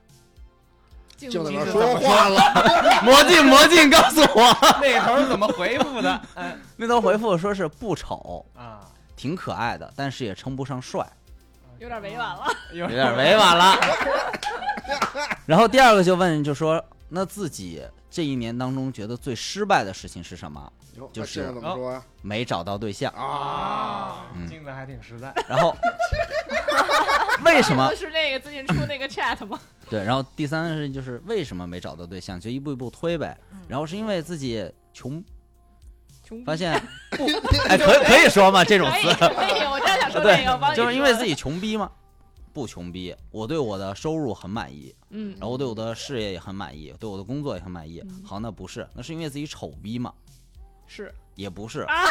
镜
镜
子
子
里
里面
面
说话了，
魔镜魔镜告诉我，
那头儿怎么回复的？ 哎
那头回复说是不丑，
啊，
挺可爱的，但是也称不上帅。
有点委婉了。
有
有点 委婉了。然后第二个就问，就说那自己这一年当中觉得最失败的事情是什么？
哟
就
那
是
镜子怎么说呀？
没找到对象。
啊，
嗯
镜子还挺实在。
然 后为什么
就？ 是那个最近出那个 chat 吗？
对，然后第三个事情就是为什么没找到对象，就一步一步推呗。
嗯
然后是因为自己穷，
穷逼
发现 不，哎，可以可以说吗？这种
可以
词，
可以，我正想说这个，我帮你
就是因为自
己
己穷逼吗？不穷逼，我对我的收入很满意，
嗯
然后我对我的事业也很满意，对我的工作也很满意
嗯。
好，那不是，那是因为自己丑逼嘛？
是
也不是，
啊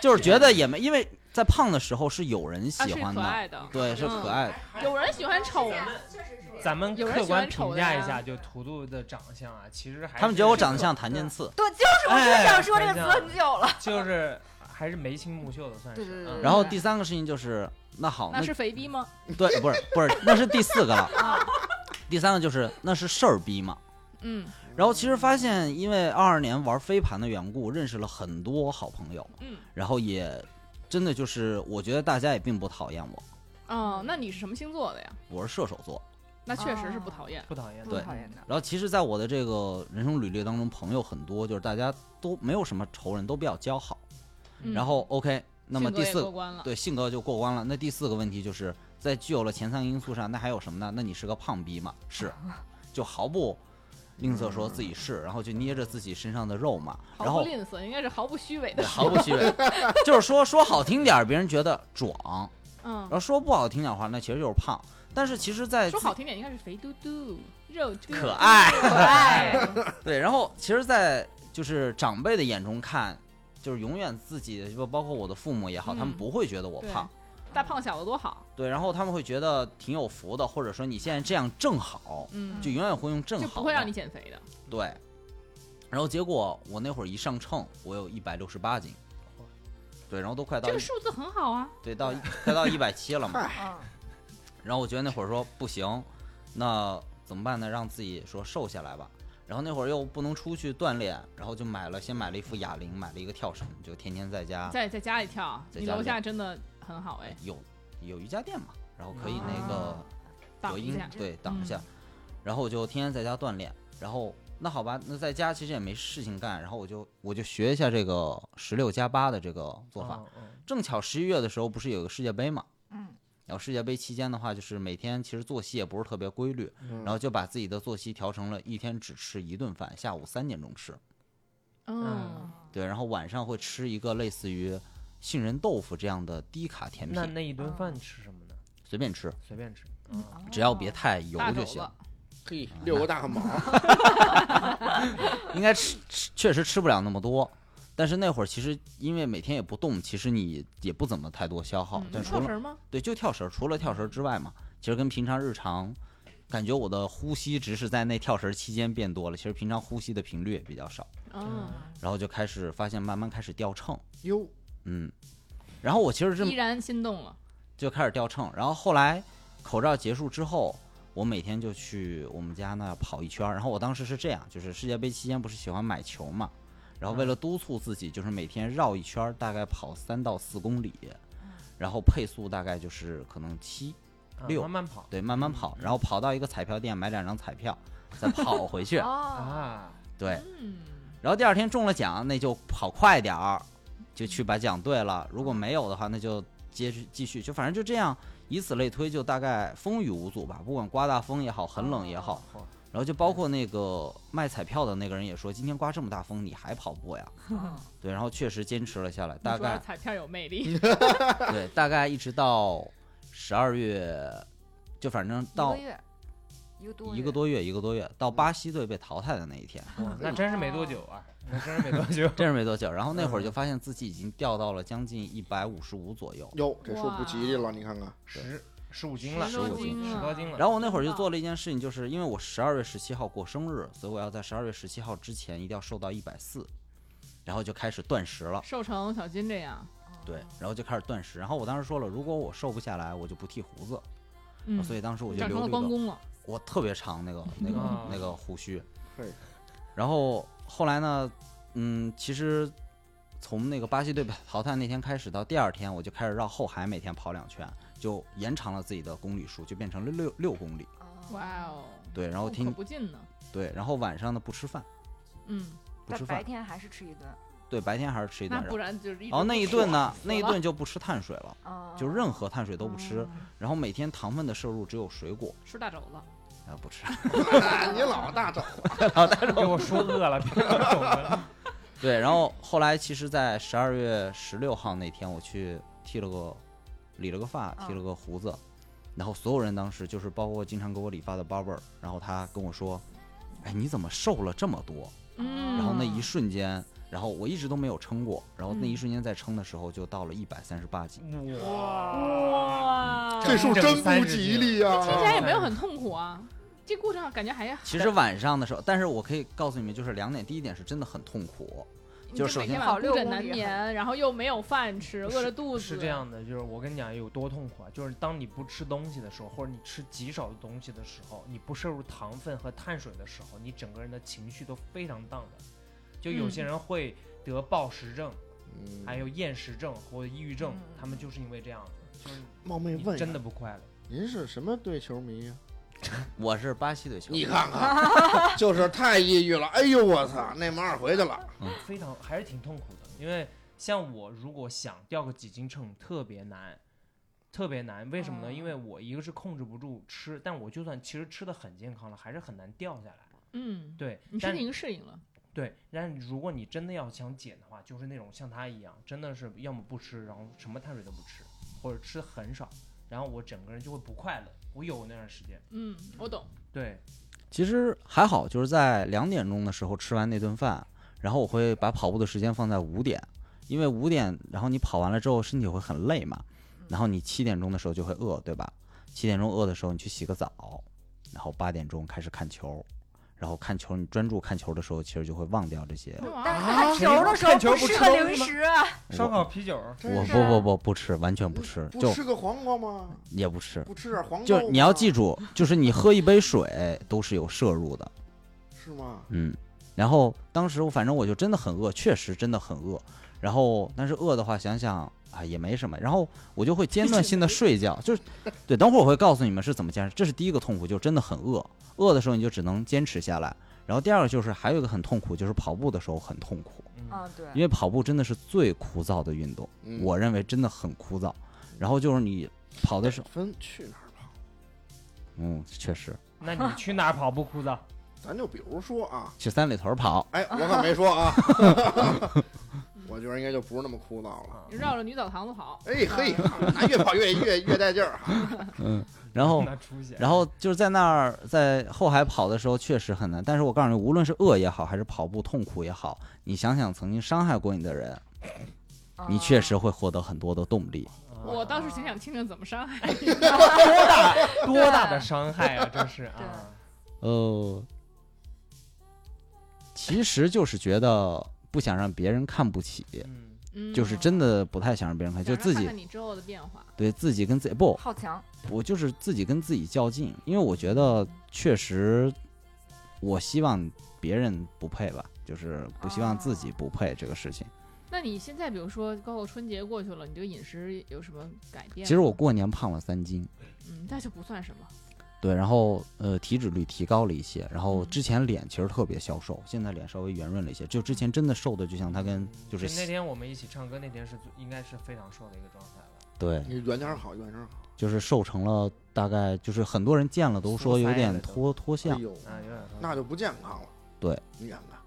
就是觉得也没，因为在胖的时候是有人
啊
喜
是
欢
可
的，
爱嗯的，
对，是可爱的。
有人喜欢丑吗，
嗯
咱们
有人
客
喜欢
观
丑
评
的
价
呀
一下，就图图的长相啊，其实还
他们
是
觉得我长得像谭健次，
对，就是我
哎
就想说这个
等一
词
下
很久了，
就是还是眉清目秀的，算是。
对对
嗯
对对
然后第三个事情就是，那好，
那
那
是啊肥逼吗？
对，不是不是，那是第四个了。第三个就是那是事儿逼嘛。
嗯
然后其实发现，因为二二年玩飞盘的缘故，认识了很多好朋友，
嗯
然后也真的就是，我觉得大家也并不讨厌我，
哦，那你是什么星座的呀？
我是射手座。
那确实是不讨厌。
不讨厌。
对
嗯不讨厌的，
然后其实，在我的这个人生履历当中，朋友很多，就是大家都没有什么仇人，都比较交好。
嗯
然后 OK，那么
性格
第
也
四
过关了，
对性格就过关了。那第四个问题就是在具有了前三个因素上，那还有什么呢？那你是个胖逼嘛？ 是，就毫不吝啬说自己是，然后就捏着自己身上的肉嘛，然
毫不
后
吝啬，应该是毫不虚伪
对
的。
毫 不虚伪，就是说说好听点儿，别人觉得壮；
嗯
然，后说不好听点儿的话，那其实就是胖。但是其实，在
说
自
好听点，应该是肥嘟嘟、肉嘟嘟
可爱。
可爱。
对，然后其实，在就是长辈的眼中看，就是永远自己，就包括我的父母也好，他们
嗯
不会觉得我
对
胖，
大胖小子多好。
对，然后他们会觉得挺有福的，或者说你现在这样正好，
嗯，
就永远会用正
就
好的，
不会让你减肥的。
对。然后结果我那会儿一上秤，我有一百六十八斤，对，然后都快到一
这个数字很好啊。
对 到一快到一百七了嘛，
嗯，
然后我觉得那会儿说不行，那怎么办呢？让自己说瘦下来吧。然后那会儿又不能出去锻炼，然后就买了，先买了一副哑铃，买了一个跳绳，就天天在家
在在家里跳，
啊在
你
家里
楼
跳
下真的很好哎，
有有瑜伽垫嘛，然后可以那
啊
个
哦挡
隔
一
音
下。
对挡一下
嗯。
然后我就天天在家锻炼，然后那好吧，那在家其实也没事情干，然后我就我就学一下这个十六加八的这个做法。
哦
嗯。嗯
正巧十一月的时候不是有个世界杯嘛，
嗯，
然后世界杯期间的话，就是每天其实作息也不是特别规律，嗯然后就把自己的作息调成了一天只吃一顿饭，下午三点钟吃，
嗯，
对，然后晚上会吃一个类似于杏仁豆腐这样的低卡甜
那
品，
那一顿饭吃什么呢？
随便吃，
随便吃。嗯
只要别太油
大肘
就行
子。，
嘿，六个大 汉堡，
应该吃吃确实吃不了那么多，但是那会儿其实因为每天也不动，其实你也不怎么太多消耗
嗯。
但
能
除
跳
了
绳吗？
对就跳绳，除了跳绳之外嘛，其实跟平常日常，感觉我的呼吸只是在那跳绳期间变多了，其实平常呼吸的频率也比较少，
嗯，
然后就开始发现慢慢开始掉秤，
哟，
嗯，然后我其实这么
依然心动了。
就开始掉秤，然后后来口罩结束之后，我每天就去我们家那跑一圈儿。然后我当时是这样，就是世界杯期间不是喜欢买球嘛，然后为了督促自己，就是每天绕一圈儿，大概跑三到四公里，然后配速大概就是可能七，
啊
六
慢慢跑
对，慢慢跑，然后跑到一个彩票店买两张彩票，再跑回去。
哦，
啊，
对，
嗯，
然后第二天中了奖，那就跑快点儿，就去把奖兑了。
嗯
如果没有的话，那就接续继续，就反正就这样，以此类推，就大概风雨无阻吧。不管刮大风也好，很冷也好，
哦
然后就包括那个卖彩票的那个人也说，今天刮这么大风，你还跑步 呀？对，然后确实坚持了下来，大
主要
概
是彩票有魅力，
对，大概一直到十二月，就反正
一
到
个月，一个多
一个多月一个多月，到巴西队被淘汰的那一天。
哇那真是没多久啊，那真是没多 久
真是没多久。然后那会儿就发现自己已经掉到了将近一百五十五左右。
哟，这说不吉利了，你看看，
十十五斤了，
十
多
斤了
十多斤了。
然后我那会儿就做了一件事情，就是因为我十二月十七号过生日，所以我要在十二月十七号之前一定要瘦到一百四，然后就开始断食了。
瘦成小金这样。
对，然后就开始断食。然后我当时说了，如果我瘦不下来，我就不剃胡子。
嗯，
所以当时我就
长成
留了
了
一
关
个
公了。
我特别长那个那个
啊
那个胡须
嘿。
然后后来呢，嗯，其实从那个巴西队被淘汰那天开始到第二天，我就开始绕后海每天跑两圈，就延长了自己的公里数，就变成了六六公里。
哇，哦，
对，然后
我可
听
不近呢。
对，然后晚上呢不吃饭，
嗯，
不
但
吃
白
饭，
天还是吃一顿，
对，白天还是吃一
那
顿。
不然就是一直
然后哦那一顿呢，
死
那
了
一顿就不吃碳水了，
哦
就任何碳水都不吃
哦，
然后每天糖分的摄入只有水果，
嗯吃大肘子。
啊不吃。
你老大找
给我说饿了，别老走了
对，然后后来其实，在十二月十六号那天，我去剃了个理了个发，
嗯
剃了个胡子，然后所有人当时就是包括经常给我理发的 barber，然后他跟我说：“哎，你怎么瘦了这么多？”
嗯，
然后那一瞬间，然后我一直都没有称过，然后那一
嗯
瞬间在称的时候就到了一百三十八斤，
哇，
哇，
这数真不吉利呀、哎
听起
哎
来也没有很痛苦啊。这过程感觉还
其实晚上的时候，但是我可以告诉你们，就是两点，第一点是真的很痛苦，
你
就是
每
首先
天晚上
跑
孤枕
六公
难
里
眠，然后又没有饭吃，饿着肚子。
是这。样的，就是我跟你讲有多痛苦啊！就是当你不吃东西的时候，或者你吃极少的东西的时候，你不摄入糖分和碳水的时候，你整个人的情绪都非常荡的。就有些
嗯
人会得暴食症，
嗯
还有厌食症或者抑郁症，
嗯
他们就是因为这样子，就是
冒昧
你
问一下，
真的不快乐。
您是什么队球迷呀、
我是巴西队球迷，
你看看，就是太抑郁了。哎呦我操，内马尔回去了，
非常还是挺痛苦的，因为像我如果想掉个几斤秤特别难，特别难。为什么呢？
哦
因为我一个是控制不住吃，但我就算其实吃的很健康了，还是很难掉下来。
嗯，
对，
你身
但
体已经适应了。
对，但如果你真的要想减的话，就是那种像他一样，真的是要么不吃，然后什么碳水都不吃，或者吃很少，然后我整个人就会不快乐。我有那段时间，
嗯，我懂。
对，
其实还好，就是在两点钟的时候吃完那顿饭，然后我会把跑步的时间放在五点，因为五点，然后你跑完了之后身体会很累嘛，然后你七点钟的时候就会饿，对吧？七点钟饿的时候你去洗个澡，然后八点钟开始看球，然后看球你专注看球的时候，其实就会忘掉这些。
那玩意
但
儿
是看球的时
啊看球
候
不
适
吃
合
东西
零
吗
食啊，
烧烤、啤酒，
真
我
是
不不不不吃，完全不吃，
啊不
就
吃个黄瓜吗？
也不吃。
不吃点黄瓜？
就是你要记，住，就是你喝一杯水都是有摄入的，
是吗？
嗯，然后当时我反正我就真的很饿，确实真的很饿。然后但是饿的话，想想啊也没什么。然后我就 会间断性的睡觉， 就是对，等会儿我会告诉你们是怎么坚持。这是第一个痛苦，就真的很饿，饿的时候你就只能坚持下来。然后第二个就是还有一个很痛苦，就是跑步的时候很痛苦，
嗯，
嗯，对，
因为跑步真的是最枯燥的运动，
嗯
我认为真的很枯燥。然后就是你跑的时候，
分去哪儿跑？
嗯，确实
那你去哪儿跑步枯燥？
咱就比如说啊，
去三里屯跑，
哎，我可没 说啊，我觉得应该就不是那么枯燥了。
绕着女澡堂子跑，
哎嘿，那越跑越越越带劲儿啊哈。
嗯，然 后
那出息，
然后就是在那儿在后海跑的时候确实很难，但是我告诉你，无论是饿也好，还是跑步痛苦也好，你想想曾经伤害过你的人，
嗯
你确实会获得很多的动力。
啊
我倒是挺想听听怎么伤害。
多大的伤害啊！这是啊，
呃，其实就是觉得不想让别人看不起，
嗯，
嗯，
就是真的不太想让别人看，
想
就
让
自
看
己
看你之后的变化，
对自己跟自己不，
好强，
我就是自己跟自己较劲，因为我觉得确实，我希望别人不配吧，就是不希望自己不配这个事情。
那你现在比如说，包括春节过去了，你这个饮食有什么改变吗？
其实我过年胖了三斤，
嗯，那就不算什么。
对，然后呃体脂率提高了一些，然后
嗯
之前脸其实特别消瘦，现在脸稍微圆润了一些，就之前真的瘦的就像他跟就是
那天我们一起唱歌那天是最应该是非常瘦的一个状态了，
对，
你远点儿好，远点儿好。哎
就是瘦成了大概就是很多人见了都说有点脱脱
哎
相，
呦，
啊，有点儿
那就不健康了。
对，
你看看，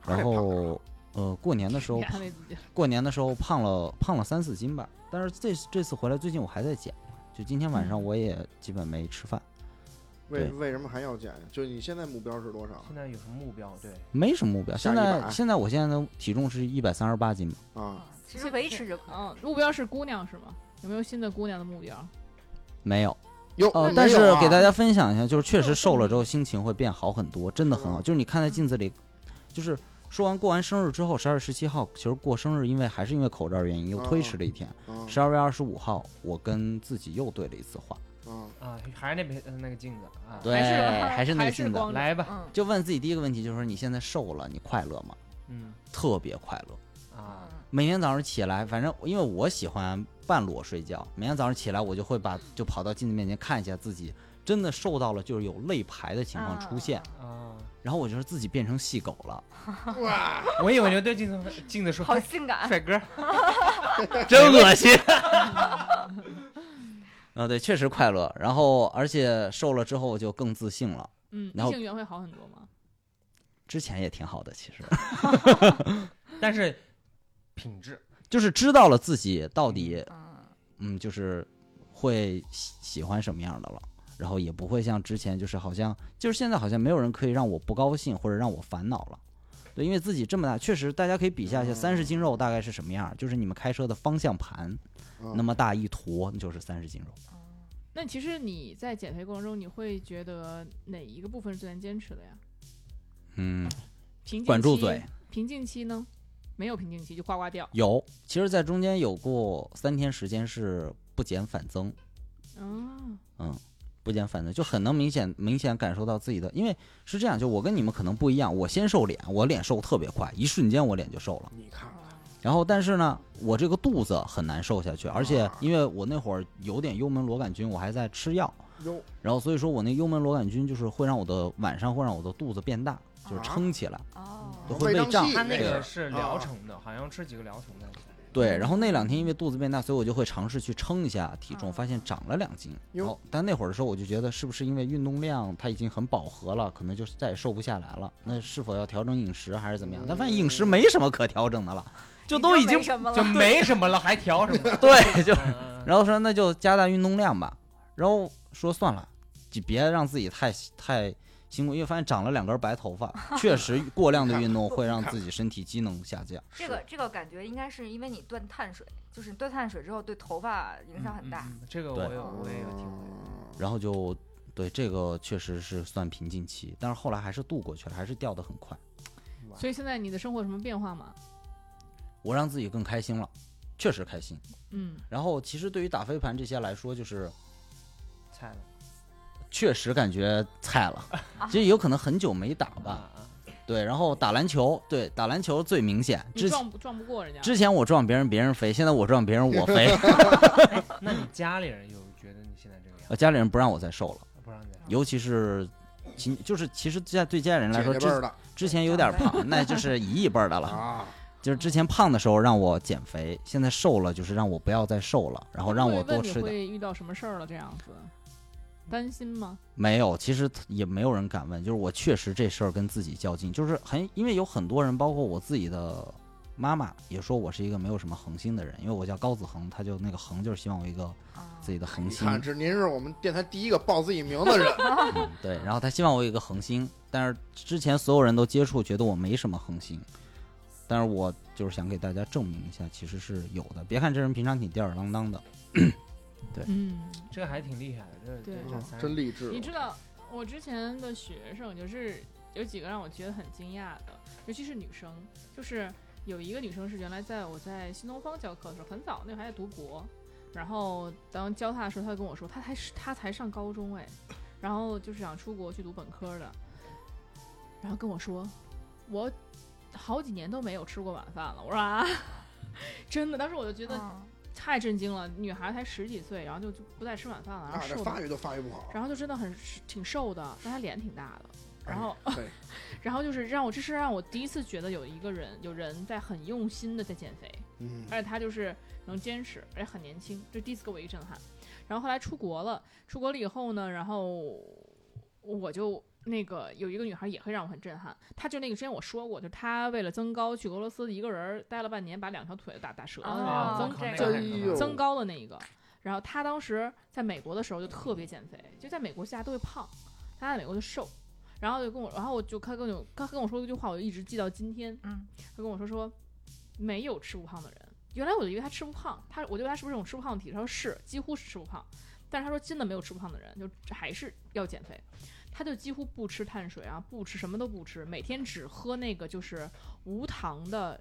还
然
得胖点儿
后呃过年的时候
别安慰自己，
过年的时候胖了胖了三四斤吧，但是这这次回来最近我还在减，就今天晚上我也基本没吃饭，
为
对
为什么还要减？就是你现在目标是多少啊
现在有什么目标？对，
没什么目标。现
下一
在
把
现在我现在的体重是一百三十八斤嘛，
啊？
其实维持就可以。
嗯，目标是姑娘是吗？有没有新的姑娘的目标？
没有。
哟，
呃
没，
但是
有啊
给大家分享一下，就是确实瘦了之后心情会变好很多，真的很好。
嗯
就是你看在镜子里，就是说完过完生日之后，十二月十七号其实过生日，因为还是因为口罩原因又推迟了一天。
啊
十二月二十五号，我跟自己又对了一次话，
啊，
啊，还是那边呃那个镜子啊，
对，
还是
还是那
还
个
是
镜子，
光
来吧，
嗯
就问自己第一个问题，就是说你现在瘦了，你快乐吗？
嗯
特别快乐。
啊，
嗯
每天早上起来，反正因为我喜欢半裸睡觉，每天早上起来我就会把就跑到镜子面前看一下自己，真的瘦到了就是有泪排的情况出现，
啊，
然后我就是自己变成细狗了，
哇，
我以为就对镜子镜子说，
好啊
哎
性感，
帅哥，
真恶心。啊，对，确实快乐。然后而且瘦了之后就更自信了，
嗯，
然
异
后
性缘会好很多吗？
之前也挺好的，其实
但是品质
就是知道了自己到底
嗯，
嗯，就是会喜喜欢什么样的了，然后也不会像之前就是好像就是现在好像没有人可以让我不高兴或者让我烦恼了。对，因为自己这么大，确实大家可以比下一下三十斤肉大概是什么样儿，就是你们开车的方向盘
啊
那么大一坨就是三十斤肉。
嗯
那其实你在减肥过程中，你会觉得哪一个部分是最难坚持的呀？
嗯，
瓶颈
管住
期
嘴。
瓶颈期呢？没有瓶颈期就呱呱掉。
有，其实，在中间有过三天时间是不减反增，
嗯，
不减反增，就很能明显明显感受到自己的，因为是这样，就我跟你们可能不一样，我先瘦脸，我脸瘦特别快，一瞬间我脸就瘦了。
你
哦
看看，
然后，但是呢，我这个肚子很难瘦下去，而且因为我那会儿有点幽门螺杆菌，我还在吃药，
哟，
然后所以说我那幽门螺杆菌就是会让我的晚上会让我的肚子变大，就是撑起来，
哦
都会胃胀
胃胀气。
他那
那
个
个
是啊疗程的，好像吃几个疗程的。
对，然后那两天因为肚子变大，所以我就会尝试去称一下体重，发现长了两斤。
哟
然后，但那会儿的时候，我就觉得是不是因为运动量它已经很饱和了，可能就再也瘦不下来了？那是否要调整饮食还是怎么样？但发现饮食没什么可调整的了， 就都已经
没什么
就
了，
没什么了，还调什 么？
对，就
嗯
然后说那就加大运动量吧，然后说算了，就别让自己太太辛苦，因为发现长了两根白头发，确实过量的运动会让自己身体机能下降。
这个这个感觉应该是因为你断碳水，就是你断碳水之后对头发影响很大。
嗯嗯嗯这个我
对
有我也有体会。
啊
然后就对这个确实是算瓶颈期，但是后来还是度过去了，还是掉得很快。
所以现在你的生活有什么变化吗？
我让自己更开心了，确实开心。
嗯，
然后其实对于打飞盘这些来说，就是
菜了
确实感觉菜 了，其实有可能很久没打
啊
吧。
啊！
对，然后打篮球，对打篮球最明显。
你
之
撞不撞不过人家。
之前我撞别人，别人飞；现在我撞别人，我 飞。
那你家里人有觉得你现在这个样
呃，
子，
家里人不让我再瘦了，
不让你再
尤其是亲，就是其实家对家里人来
姐
说，
姐辈儿
之
的
之前有点胖，那就是一亿辈儿的 了。
啊，
就是之前胖的时候让我减肥，现在瘦了就是让我不要再瘦了，然后让我
会
多
问你
吃点。
会遇到什么事儿了这样子，担心吗？
没有，其实也没有人敢问，就是我确实这事儿跟自己较劲，就是很因为有很多人，包括我自己的妈妈也说我是一个没有什么恒心的人，因为我叫高子恒，她就那个恒就是希望我一个
嗯
啊
自己的恒
你
心。
看，这您是我们电台第一个报自己名 的人，
嗯，对，然后他希望我有一个恒星，但是之前所有人都接触，觉得我没什么恒星，但是我就是想给大家证明一下，其实是有的。别看这人平常挺吊儿郎当的，
嗯，
这个还挺厉害的，这
对
这
啊
这三
真励志。
你知道我之前的学生就是有几个让我觉得很惊讶的，尤其是女生，就是有一个女生是原来在我在新东方教课的时候，很早那会儿还在读博，然后当教她的时候，她就跟我说，她才是她才上高中哎，然后就是想出国去读本科的，然后跟我说，我好几年都没有吃过晚饭了。我说啊， 真的，当时我就觉
啊
得
嗯
太震惊了，女孩才十几岁，然后就就不再吃晚饭了，然
那
后
啊这
瘦
发
的，
育都发育不好。
然后就真的很挺瘦的，但她脸挺大的。然后
哎对，
然后就是让我，这是让我第一次觉得有一个人，有人在很用心的在减肥，
嗯，
而且他就是能坚持，而且很年轻，这第一次给我一个震撼。然后后来出国了，出国了以后呢，然后我就那个有一个女孩也会让我很震撼，她就那个之前我说过，就她为了增高去俄罗斯一个人儿待了半年，把两条腿打打折了
啊
那个增
增这
个哎呦
增高的那一个。然后他当时在美国的时候就特别减肥，就在美国大家都会胖，他在美国就瘦，然后就跟我，然后我就他跟我他跟我说一句话，我就一直记到今天。
嗯，
他跟我说说没有吃不胖的人，原来我就以为他吃不胖，他我就以为他是不是这种吃不胖的体质？他说是，几乎是吃不胖，但是他说真的没有吃不胖的人，就还是要减肥。他就几乎不吃碳水啊，不吃什么都不吃，每天只喝那个就是无糖的，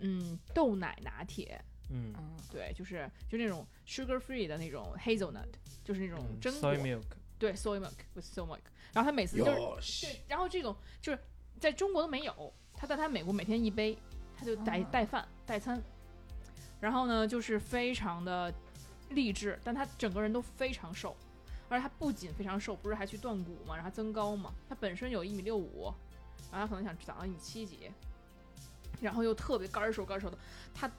嗯，豆奶拿铁，
嗯，
嗯
对，就是就那种 sugar free 的那种 hazelnut，就是那种榛果，
嗯 soy milk，
对 soy 嗯 milk with soy milk。然后他每次就是
哟
对，然后这种就是在中国都没有，他在他美国每天一杯，他就带
哦
带饭带餐，然后呢就是非常的励志，但他整个人都非常瘦，而且他不仅非常瘦，不是还去断骨嘛，然后增高嘛，他本身有一米六五，然后他可能想长到一米七几，然后又特别干瘦干瘦的，他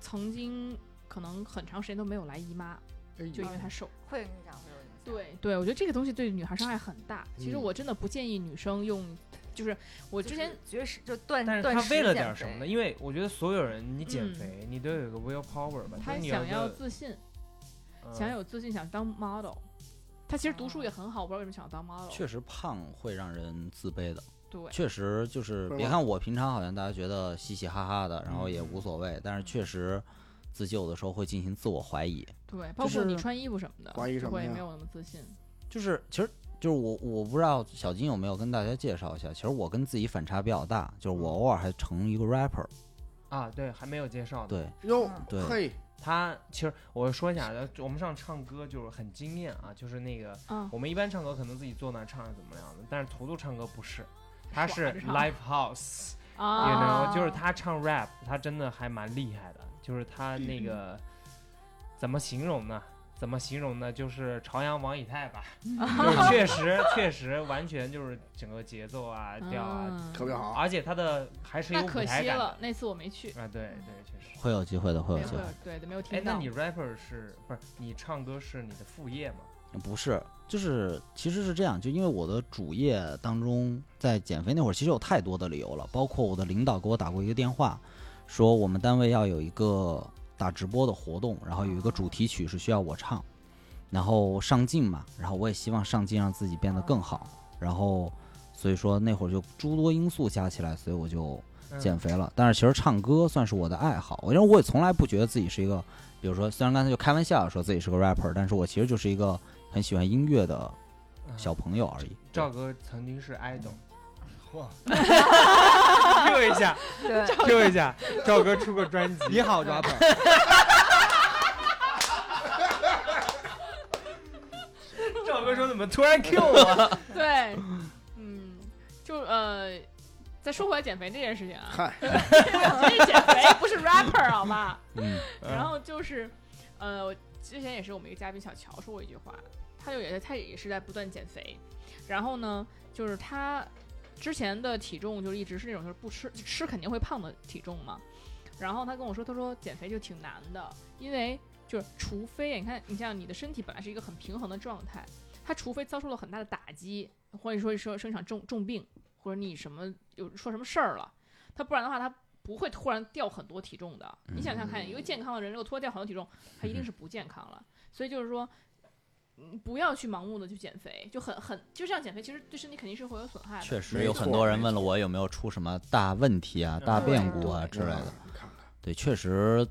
曾经可能很长时间都没有来姨妈，就因为
哎
他瘦。
会有影响，会有影响。，
对对，我觉得这个东西对女孩伤害很大。其实
嗯
我真的不建议女生用，就是我之前
绝食就断
但是
断
他
食
为了
减
点什
肥
么呢？因为我觉得所有人你减
嗯
肥，你都有一个 will power 吧，
她
你
想要
要
自信，
嗯
想有自信，想当 model。她其实读书也很好，我不知道为什么想要当 model。
确实胖会让人自卑的，
对，
确实就是
会吗
别看我平常好像大家觉得嘻嘻哈哈的，然后也
嗯
无所谓，但是确实自救的时候会进行自我怀疑。
对，包括你
是
穿衣服什么的，
怀疑
就
什么
会
呀
没有那么自信。
就是其实就是我我不知道小金有没有跟大家介绍一下，其实我跟自己反差比较大，就是我偶尔还成一个 rapper，
啊，对，还没有介绍呢。
对
哟，
嗯
对，
嘿，
他其实我说一下，呃我们上唱歌就是很惊艳啊，就是那个
啊，
我们一般唱歌可能自己坐那儿唱是怎么样的，但是图图唱歌不是，他
耍
是
着唱
live house，you
啊，
know，就是他唱 rap，他真的还蛮厉害的，就是他
嗯
那个怎么形容呢？怎么形容呢？就是朝阳王以太吧，
嗯
就是确实确实完全就是整个节奏啊调啊，
啊
特别好。
而且他的还是有
那
舞
可
台
惜
感的
了，嗯那次我没去，
啊，对对，确实。
会有机会的，会
没
有
有
机会。
对没有
哎
听，
那
到
你。rapper 是不是你唱歌是你的副业吗？
不是，就是其实是这样，就因为我的主业当中，在减肥那会儿，其实有太多的理由了，包括我的领导给我打过一个电话，说我们单位要有一个打直播的活动，然后有一个主题曲是需要我唱，然后上镜嘛，然后我也希望上镜让自己变得更好，然后所以说那会儿就诸多因素加起来，所以我就
嗯
减肥了。但是其实唱歌算是我的爱好，因为我也从来不觉得自己是一个，比如说虽然刚才就开玩笑说自己是个 rapper，但是我其实就是一个很喜欢音乐的
嗯
小朋友而已。
赵哥曾经是 idol，
嗯
嚯，
Q 一下
对，
，Q 一下， 赵哥出过专辑，
你好 rapper，
赵哥说怎么突然 Q 我？
对，嗯，就呃，再说回来减肥这件事情啊，
嗨，
我这减肥不是 rapper 好吧？
嗯，
然后就是，呃，我之前也是我们一个嘉宾小乔说过一句话，他就也是他也是在不断减肥，然后呢，就是他之前的体重就是一直是那种就是不吃吃肯定会胖的体重嘛，然后他跟我说，他说减肥就挺难的，因为就是除非你看你像你的身体本来是一个很平衡的状态，他除非遭受了很大的打击，或者说说生产重重病，或者你什么有说什么事儿了，他不然的话他。不会突然掉很多体重的，
嗯
你想想看，一个健康的人如果突然掉很多体重，他一定是不健康了。所以就是说，嗯不要去盲目的去减肥，就很很就这样减肥，其实对身体肯定是会有损害的。
确
没
实有很
错
多人问了我有没有出什么大问题啊、大
对
变故啊之类的。
嗯你看看，
对，确实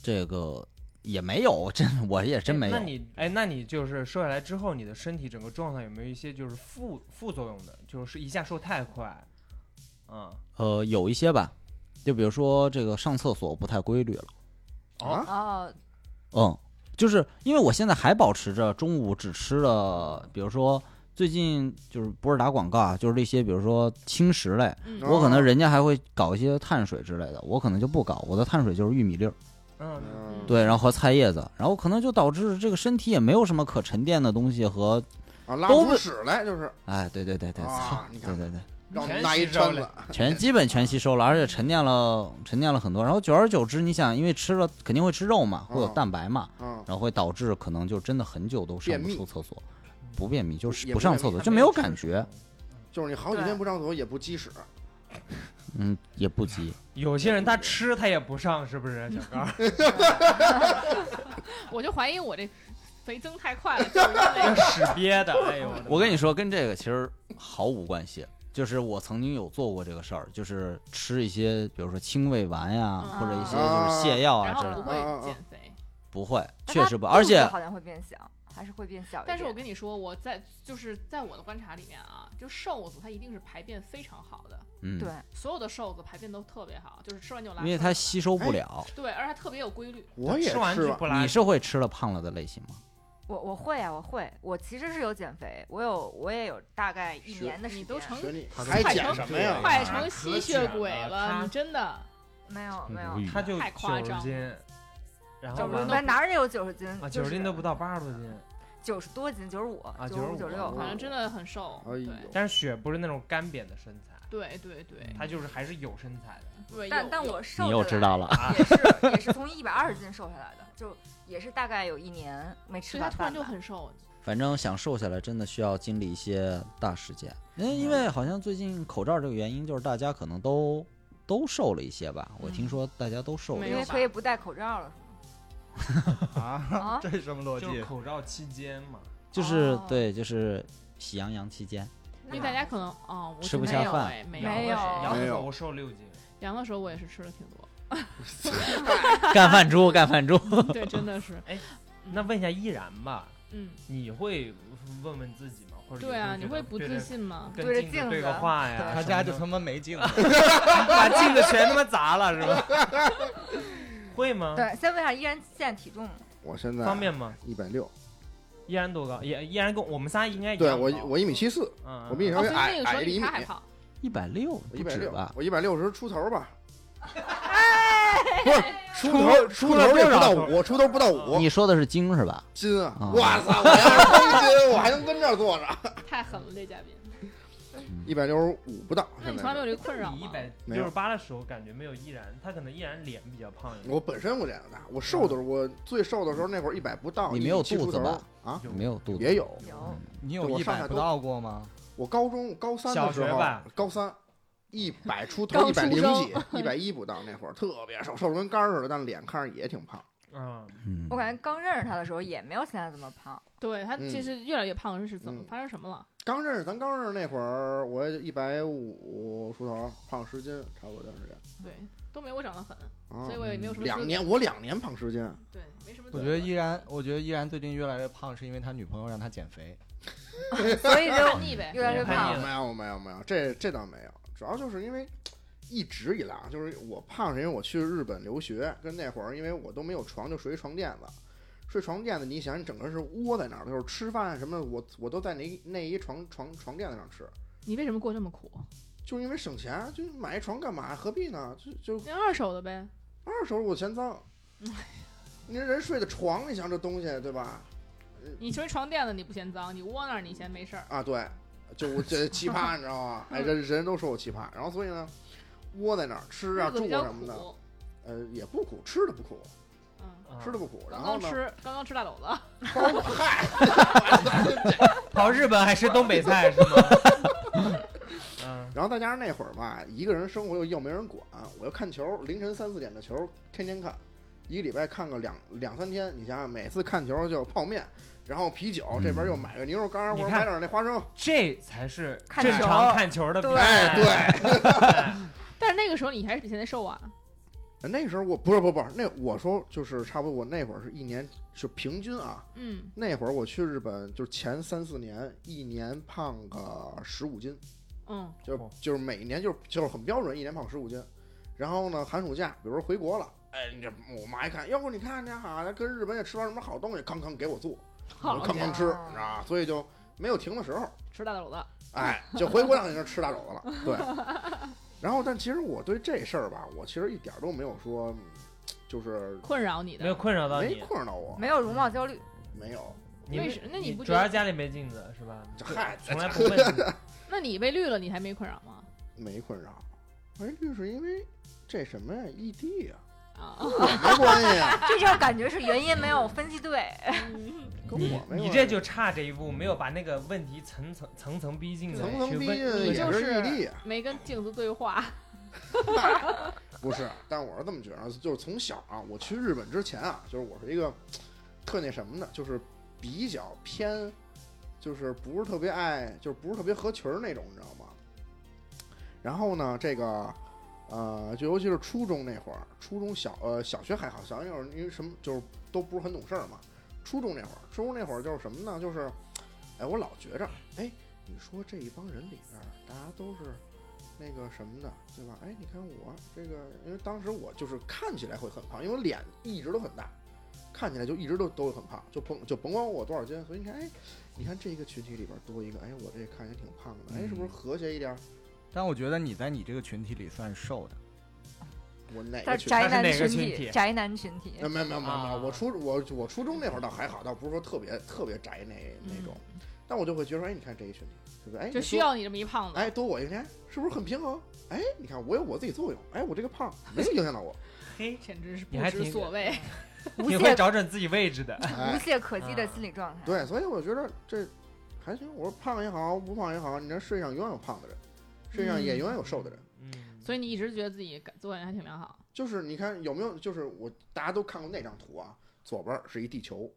这个也没有，真我也真没有
那。你哎，那你就是瘦下来之后，你的身体整个状态有没有一些就是副副作用的？就是一下瘦太快，嗯，
呃，有一些吧，就比如说这个上厕所不太规律了，
啊，
哦，
嗯，就是因为我现在还保持着中午只吃了，比如说最近就是不是打广告啊，就是那些比如说轻食类，
哦
嗯
我可能人家还会搞一些碳水之类的，我可能就不搞，我的碳水就是玉米粒儿，
嗯，
嗯
对，然后和菜叶子，然后可能就导致这个身体也没有什么可沉淀的东西和，
啊，拉
都
不出
不
屎来就是
哎，对对对对，操
啊，你，
对
看
对对。
让我
全
们拉一
吸收
圈子
了，
全基本全吸收了，而且沉淀了沉淀了很多。然后久而久之，你想，因为吃了肯定会吃肉嘛，会有
嗯
蛋白嘛，
嗯，
然后会导致可能就真的很久都上不
便秘
出厕所，不便秘就是
也
不
不
上
便
厕
秘
所就没有感觉，
就是你好几
对
天不上厕所也不积屎，
嗯，也不急。
有些人他吃他也不上，是不 是？小高，
我就怀疑我这肥增太快了，就是因为
屎憋的，哎呦的妈，
我跟你说，跟这个其实毫无关系。就是我曾经有做过这个事儿，就是吃一些，比如说清胃丸呀、
啊
嗯
或者一些就是泻药啊
然
之类
后
的，
不会
嗯
啊啊啊
减肥。
不会，
那
确
它
实不，
肚
而
子
且
好像会变小，还是会变小一点。
但是我跟你说，我在就是在我的观察里面啊，就瘦子他一定是排便非常好的，
嗯，
对，
所有的瘦子排便都特别好，就是吃完就拉，
因为它吸收不了。
对，而且它特别有规律。
我也
吃完
吃
就
吧，
不拉
你，是会吃了胖了的类型吗？
我我会啊，我会，我其实是有减肥，我有我也有大概一
学
年的时
你
间，
都成
学你
他都
还
快
减哎
成
什么呀？
快成吸血鬼
他
了，你真的
没有没有
无，语
他就
太夸
九十
张
斤，然后
九十
完
多
了
哪儿有九十斤
啊，
就
九
是
十斤都不到，八十多斤，
九十多斤，九十五，九
95
五九六，
反正真的很瘦。
哎呦，
但是雪不是那种干瘪的身材，
对对对对
他就是还是有身材的。
对，
但
有
但
有
我瘦
你
下
又
来
知道了。
也是也是从一百二十斤瘦下来的，就也是大概有一年没吃
所以他
晚
突然
饭
就
吧。
很瘦，
反正想瘦下来，真的需要经历一些大事件。
嗯
因为因为好像最近口罩这个原因，就是大家可能都都瘦了一些
嗯
吧。我听说大家都瘦了
没
一
因
有
为
些。
吧
可以不戴口罩了，是
啊，
吗？啊，
这是什么逻
就是
辑？
口罩期间嘛，
就是
哦
对，就是喜羊羊期间，
因为大家可能啊，我
吃不
觉
下
得没有
饭
哎没
没
有
有
羊
没
的时
有
候我瘦六斤，
凉的时候我也是吃了挺多，
干饭猪，干饭 猪。
对，真的是，
那问一下依然吧，
嗯，
你会问问自己吗？或者有
对啊，
时
你
候觉
会
得
不自，信吗？
对着
对着
跟
镜
子对个
子
话呀，
对
他
什
家
么
就
的
他妈没镜子，
把镜子全他妈砸了，是吧？ 会吗？
对，先问一下，依然现在体重
我现在
方便吗？
一百六，
依然多高？也依然跟我们仨应该一
对
样
我
高
我一米，七四，
嗯，
我比你
哦，
稍
所
微
以那
矮
个时
矮
候
了一
你
米
他，还胖，
一百六
一
不
百
止
六
吧，？
我一百六十出头吧，
哎
不是出头
出
出
了
头
多
也不
少
到
头
五，出头不到五
你说的是斤是吧？
斤啊
啊！
哇塞，我要是称斤，我还能跟这儿坐着，
太狠了，这嘉宾。
嗯一百六十五不到。
那
现
你
在
从来没
是
有这个困扰
你一
吗？
百
没有
六十八的时候感觉没有依然，他可能依然脸比较胖一点。
我本身我脸就大，我瘦的时候，我最瘦的时候那会儿一百不到，
你没有
1.7
肚子
出头
吧
啊？
没有肚子，
也有，
有
你
对
有
我
一
上
百
海
不
都
到过吗？
我高中高三
小
的时
学
候
吧，
高三一百出头，
刚
一百
出
零
生
几，一百一不到那会儿，特别瘦，瘦的跟杆儿似的，但脸看着也挺胖。
嗯，
嗯，
我感觉刚认识他的时候也没有现在这么胖，
对他
嗯
这是越来越胖，这是怎么
嗯
发生什么了？
刚认识咱刚认识那会儿，我一百五出头，胖十斤，差不多段时间。
对，都没我长得狠，
啊
所以，我也没有什么
两
资
年我两年胖十斤，
对，没什么。
我觉得依然，我觉得依然最近越来越胖，是因为他女朋友让他减肥。
所以就
叛逆呗，
越来越
叛
胖
逆了
了。
没有没有没有，这这倒没有，主要就是因为一直以来啊，就是我胖是因为我去日本留学，跟那会儿因为我都没有床，就睡一床垫子。睡床垫子，你想，你整个人是窝在那儿的，就是吃饭什么的，我我都在那一那一床床床垫子上吃，
你为什么过这么苦？
就是因为省钱，就买一床干嘛？何必呢？就就
那二手的呗，
二手我嫌脏，你这人睡的床，你想这东西对吧？嗯
你睡床垫子你不嫌脏，你窝那儿你嫌没事儿。
啊，对，就我这奇葩，你知道吗？哎，人人都说我奇葩，然后所以呢，窝在那儿吃啊
日子
住
比较
啊什么的，
苦，
呃，也不苦，吃的不苦，
嗯，
嗯
吃的不苦。然
刚
后
刚
呢，
吃刚刚吃大肘子，
包括嗨，
跑日本还吃东北菜是吗？嗯，
然后再加上那会儿吧，一个人生活又又没人管，我又看球，凌晨三四点的球，天天看，一个礼拜看个两两三天。你想想，每次看球就泡面，然后啤酒，这边又买个牛肉干，或
你
者
看
买点那花生。
这才是
看
正
球
常看球的比赛。
哎，对，
但是那个时候你还是比现在瘦啊。
那时候我不是不是不是，那我说就是差不多，我那会儿是一年是平均啊，
嗯，
那会儿我去日本，就是前三四年，一年胖个十五斤，
嗯，
就
哦
就是每年就是就是很标准，一年胖十五斤。然后呢，寒暑假，比如回国了，哎，你这我妈一看，哟，你看这哈，跟日本也吃不着什么好东西，吭吭给我做，我
好
就吭
家
吭
伙
吃啊，所以就没有停的时候。
吃大肘子，
哎，就回国两天就吃大肘子了。对， 然后但其实我对这事儿吧，我其实一点儿都没有说，嗯就是
困扰你
没有
的。
困扰到
没
你。
困扰到我，
没有容貌焦虑，
没有。
你
为
们
什那你
你
不
主
觉
要
得
是家里没镜子是吧？
这嗨，
从来不问 你。
那你被绿了，你还没困扰吗？
没困扰。哎，就是因为这什么呀，异地呀、
啊，
没关系啊，
这事儿感觉是原因没有分析对。
跟我没
你
关
这
系。啊
就差这一步，没有把那个问题层层层层逼近的
层层
去
逼
问。
近也
你就是
异
是
地啊，
没跟镜子对话，
不是？但我是这么觉得，就是从小啊，我去日本之前啊，就是我是一个特那什么的，就是比较偏，就是不是特别爱，就是不是特别合群儿那种，你知道吗？然后呢，这个呃，就尤其是初中那会儿，初中小呃小学还好，小学那会儿因为什么就是都不是很懂事儿嘛。初中那会儿，初中那会儿就是什么呢？就是哎，我老觉着哎，你说这一帮人里边儿，大家都是。那个什么的，对吧？哎，你看我这个，因为当时我就是看起来会很胖，因为我脸一直都很大，看起来就一直都都很胖，就甭就甭管我多少斤，所以你看，哎，你看这个群体里边多一个，哎，我这看起来挺胖的，哎，是不
嗯
是和谐一点儿？
但我觉得你在你这个群体里算瘦的，
我哪
在
个群体？
宅男
他是哪
群
个群
体，
体
宅男群体
呃，没有没有没有没
啊
有，我初我我初中那会儿倒还好，倒不是说特别特别宅那那种，但我就会觉得说，哎，你看这一群体，对不对？哎，
嗯就
你
需
多
嗯要你这么一胖子。
哎多我一天，是不是很平衡？哎，你看我有我自己作用，哎，我这个胖没有影响 到我，
嘿，
简直是
你
不
还
知
挺
所谓，
无
你会
懈
找准自己位置 的。
哎
无，懈可击的
啊
心理状态。
对，所以我觉得这还行。我说胖也好，不胖也好，你这世界上永远有胖的人，世界上也永远有瘦的人。
嗯，
所以你一直觉得自己感做人还挺良好。
就是你看有没有？就是我大家都看过那张图啊，左边儿是一地球，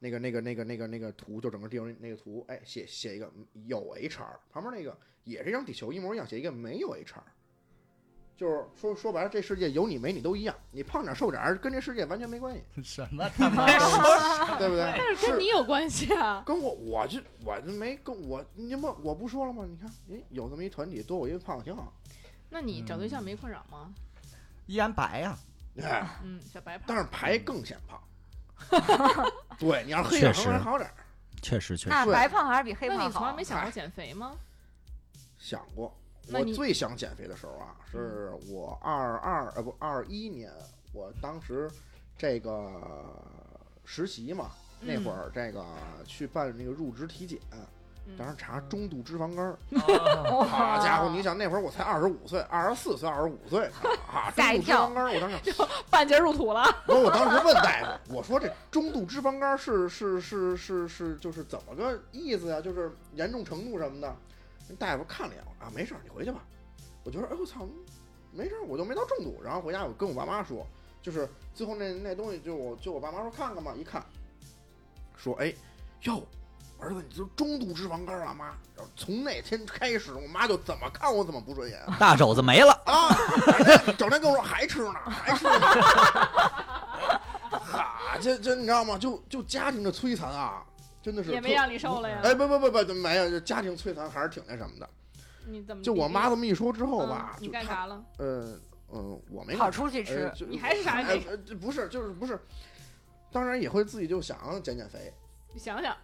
那个那个那个那个那个图，就整个地球那个图，哎，写写一个有 HR，旁边那个也是一张地球一模一样，写一个没有 HR。就是说说白了，这世界有你没你都一样，你胖点儿瘦点儿跟这世界完全没关系，
什么他妈
哎
对不对？
啊但是跟你有关系啊，
跟我我就我就没跟我你们我不说了吗？你看，哎，有这么一团体，多我一个胖子挺好。
那你找对
嗯
象没困扰吗？
依然白呀、
哎，
嗯，小白胖
但是白更显 胖。对，你要是黑
确
点儿稍微
实
好点儿。
确实确实
那
对
白胖还是比黑
那
胖
你从来
好啊
没。想过减肥吗？
想过，
那
我
你
最想减肥的时候啊，是我二二呃不二一年，我当时这个实习嘛，那会儿这个去办那个入职体检，
嗯 啊
当时查中度脂肪肝儿。
哦
好家伙，你想那会儿我才二十五岁，二十四岁，二十五岁啊，中
吓一
度脂
跳
肪肝儿，我当时。
半截入土了。
不是，我当时问大夫，我说这中度脂肪肝是是是是是，就是怎么个意思呀、就是严重程度什么的。人大夫看了一眼我啊，没事儿，你回去吧。我觉得，哎我操，没事儿，我就没到重度。然后回家我跟我爸妈说，就是最后那那东西就我就我爸妈说看看吧，一看，说哎，哟，儿子你这中度脂肪肝啊了妈。然后从那天开始，我妈就怎么看我怎么不顺眼。
大肘子没了，
啊， 整天跟我说还吃呢，还吃呢。 哈，这这你知道吗？就就家庭的摧残啊，真的是
也没
特
让你瘦了呀
哎，不不不不，没有，就家庭摧残还是挺那什么的。
你怎么
就
比
我
例
妈这么一说之后
嗯
吧，
你
就
干
她
啥了？
呃嗯，我没
跑
干啥
出去
呃
吃，
就
你还是啥也
哎
没
呃这不是，就是不是，当然也会自己就想减减肥，
你想想，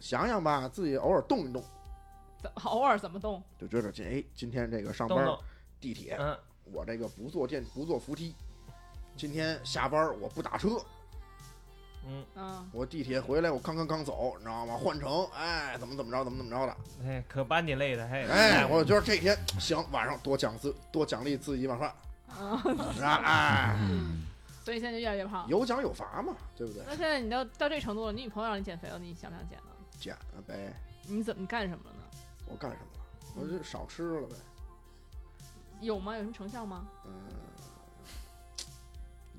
想想吧，自己偶尔动一动，
怎偶尔怎么动？
就觉得这哎，今天这个上
东
班
东，
地铁
嗯，
我这个不坐电不坐扶梯，今天下班儿我不打车，
嗯，
我地铁回来我刚刚刚走，你知道吗？换乘，哎，怎么怎么着，怎么怎么着的，
哎，可把你累的，嘿，
哎，我觉得这天行，晚上多奖自多奖励自己一碗饭， 是吧？哎，
嗯，
嗯所以现在就越来越胖。
有奖有罚嘛，对不对
那？现在你到到这程度了，你女朋友让你减肥了，你想不想减呢？
减了呗，
你怎么你干什么了呢？
我干什么了？我就少吃了呗，
有吗？有什么成效吗？
嗯，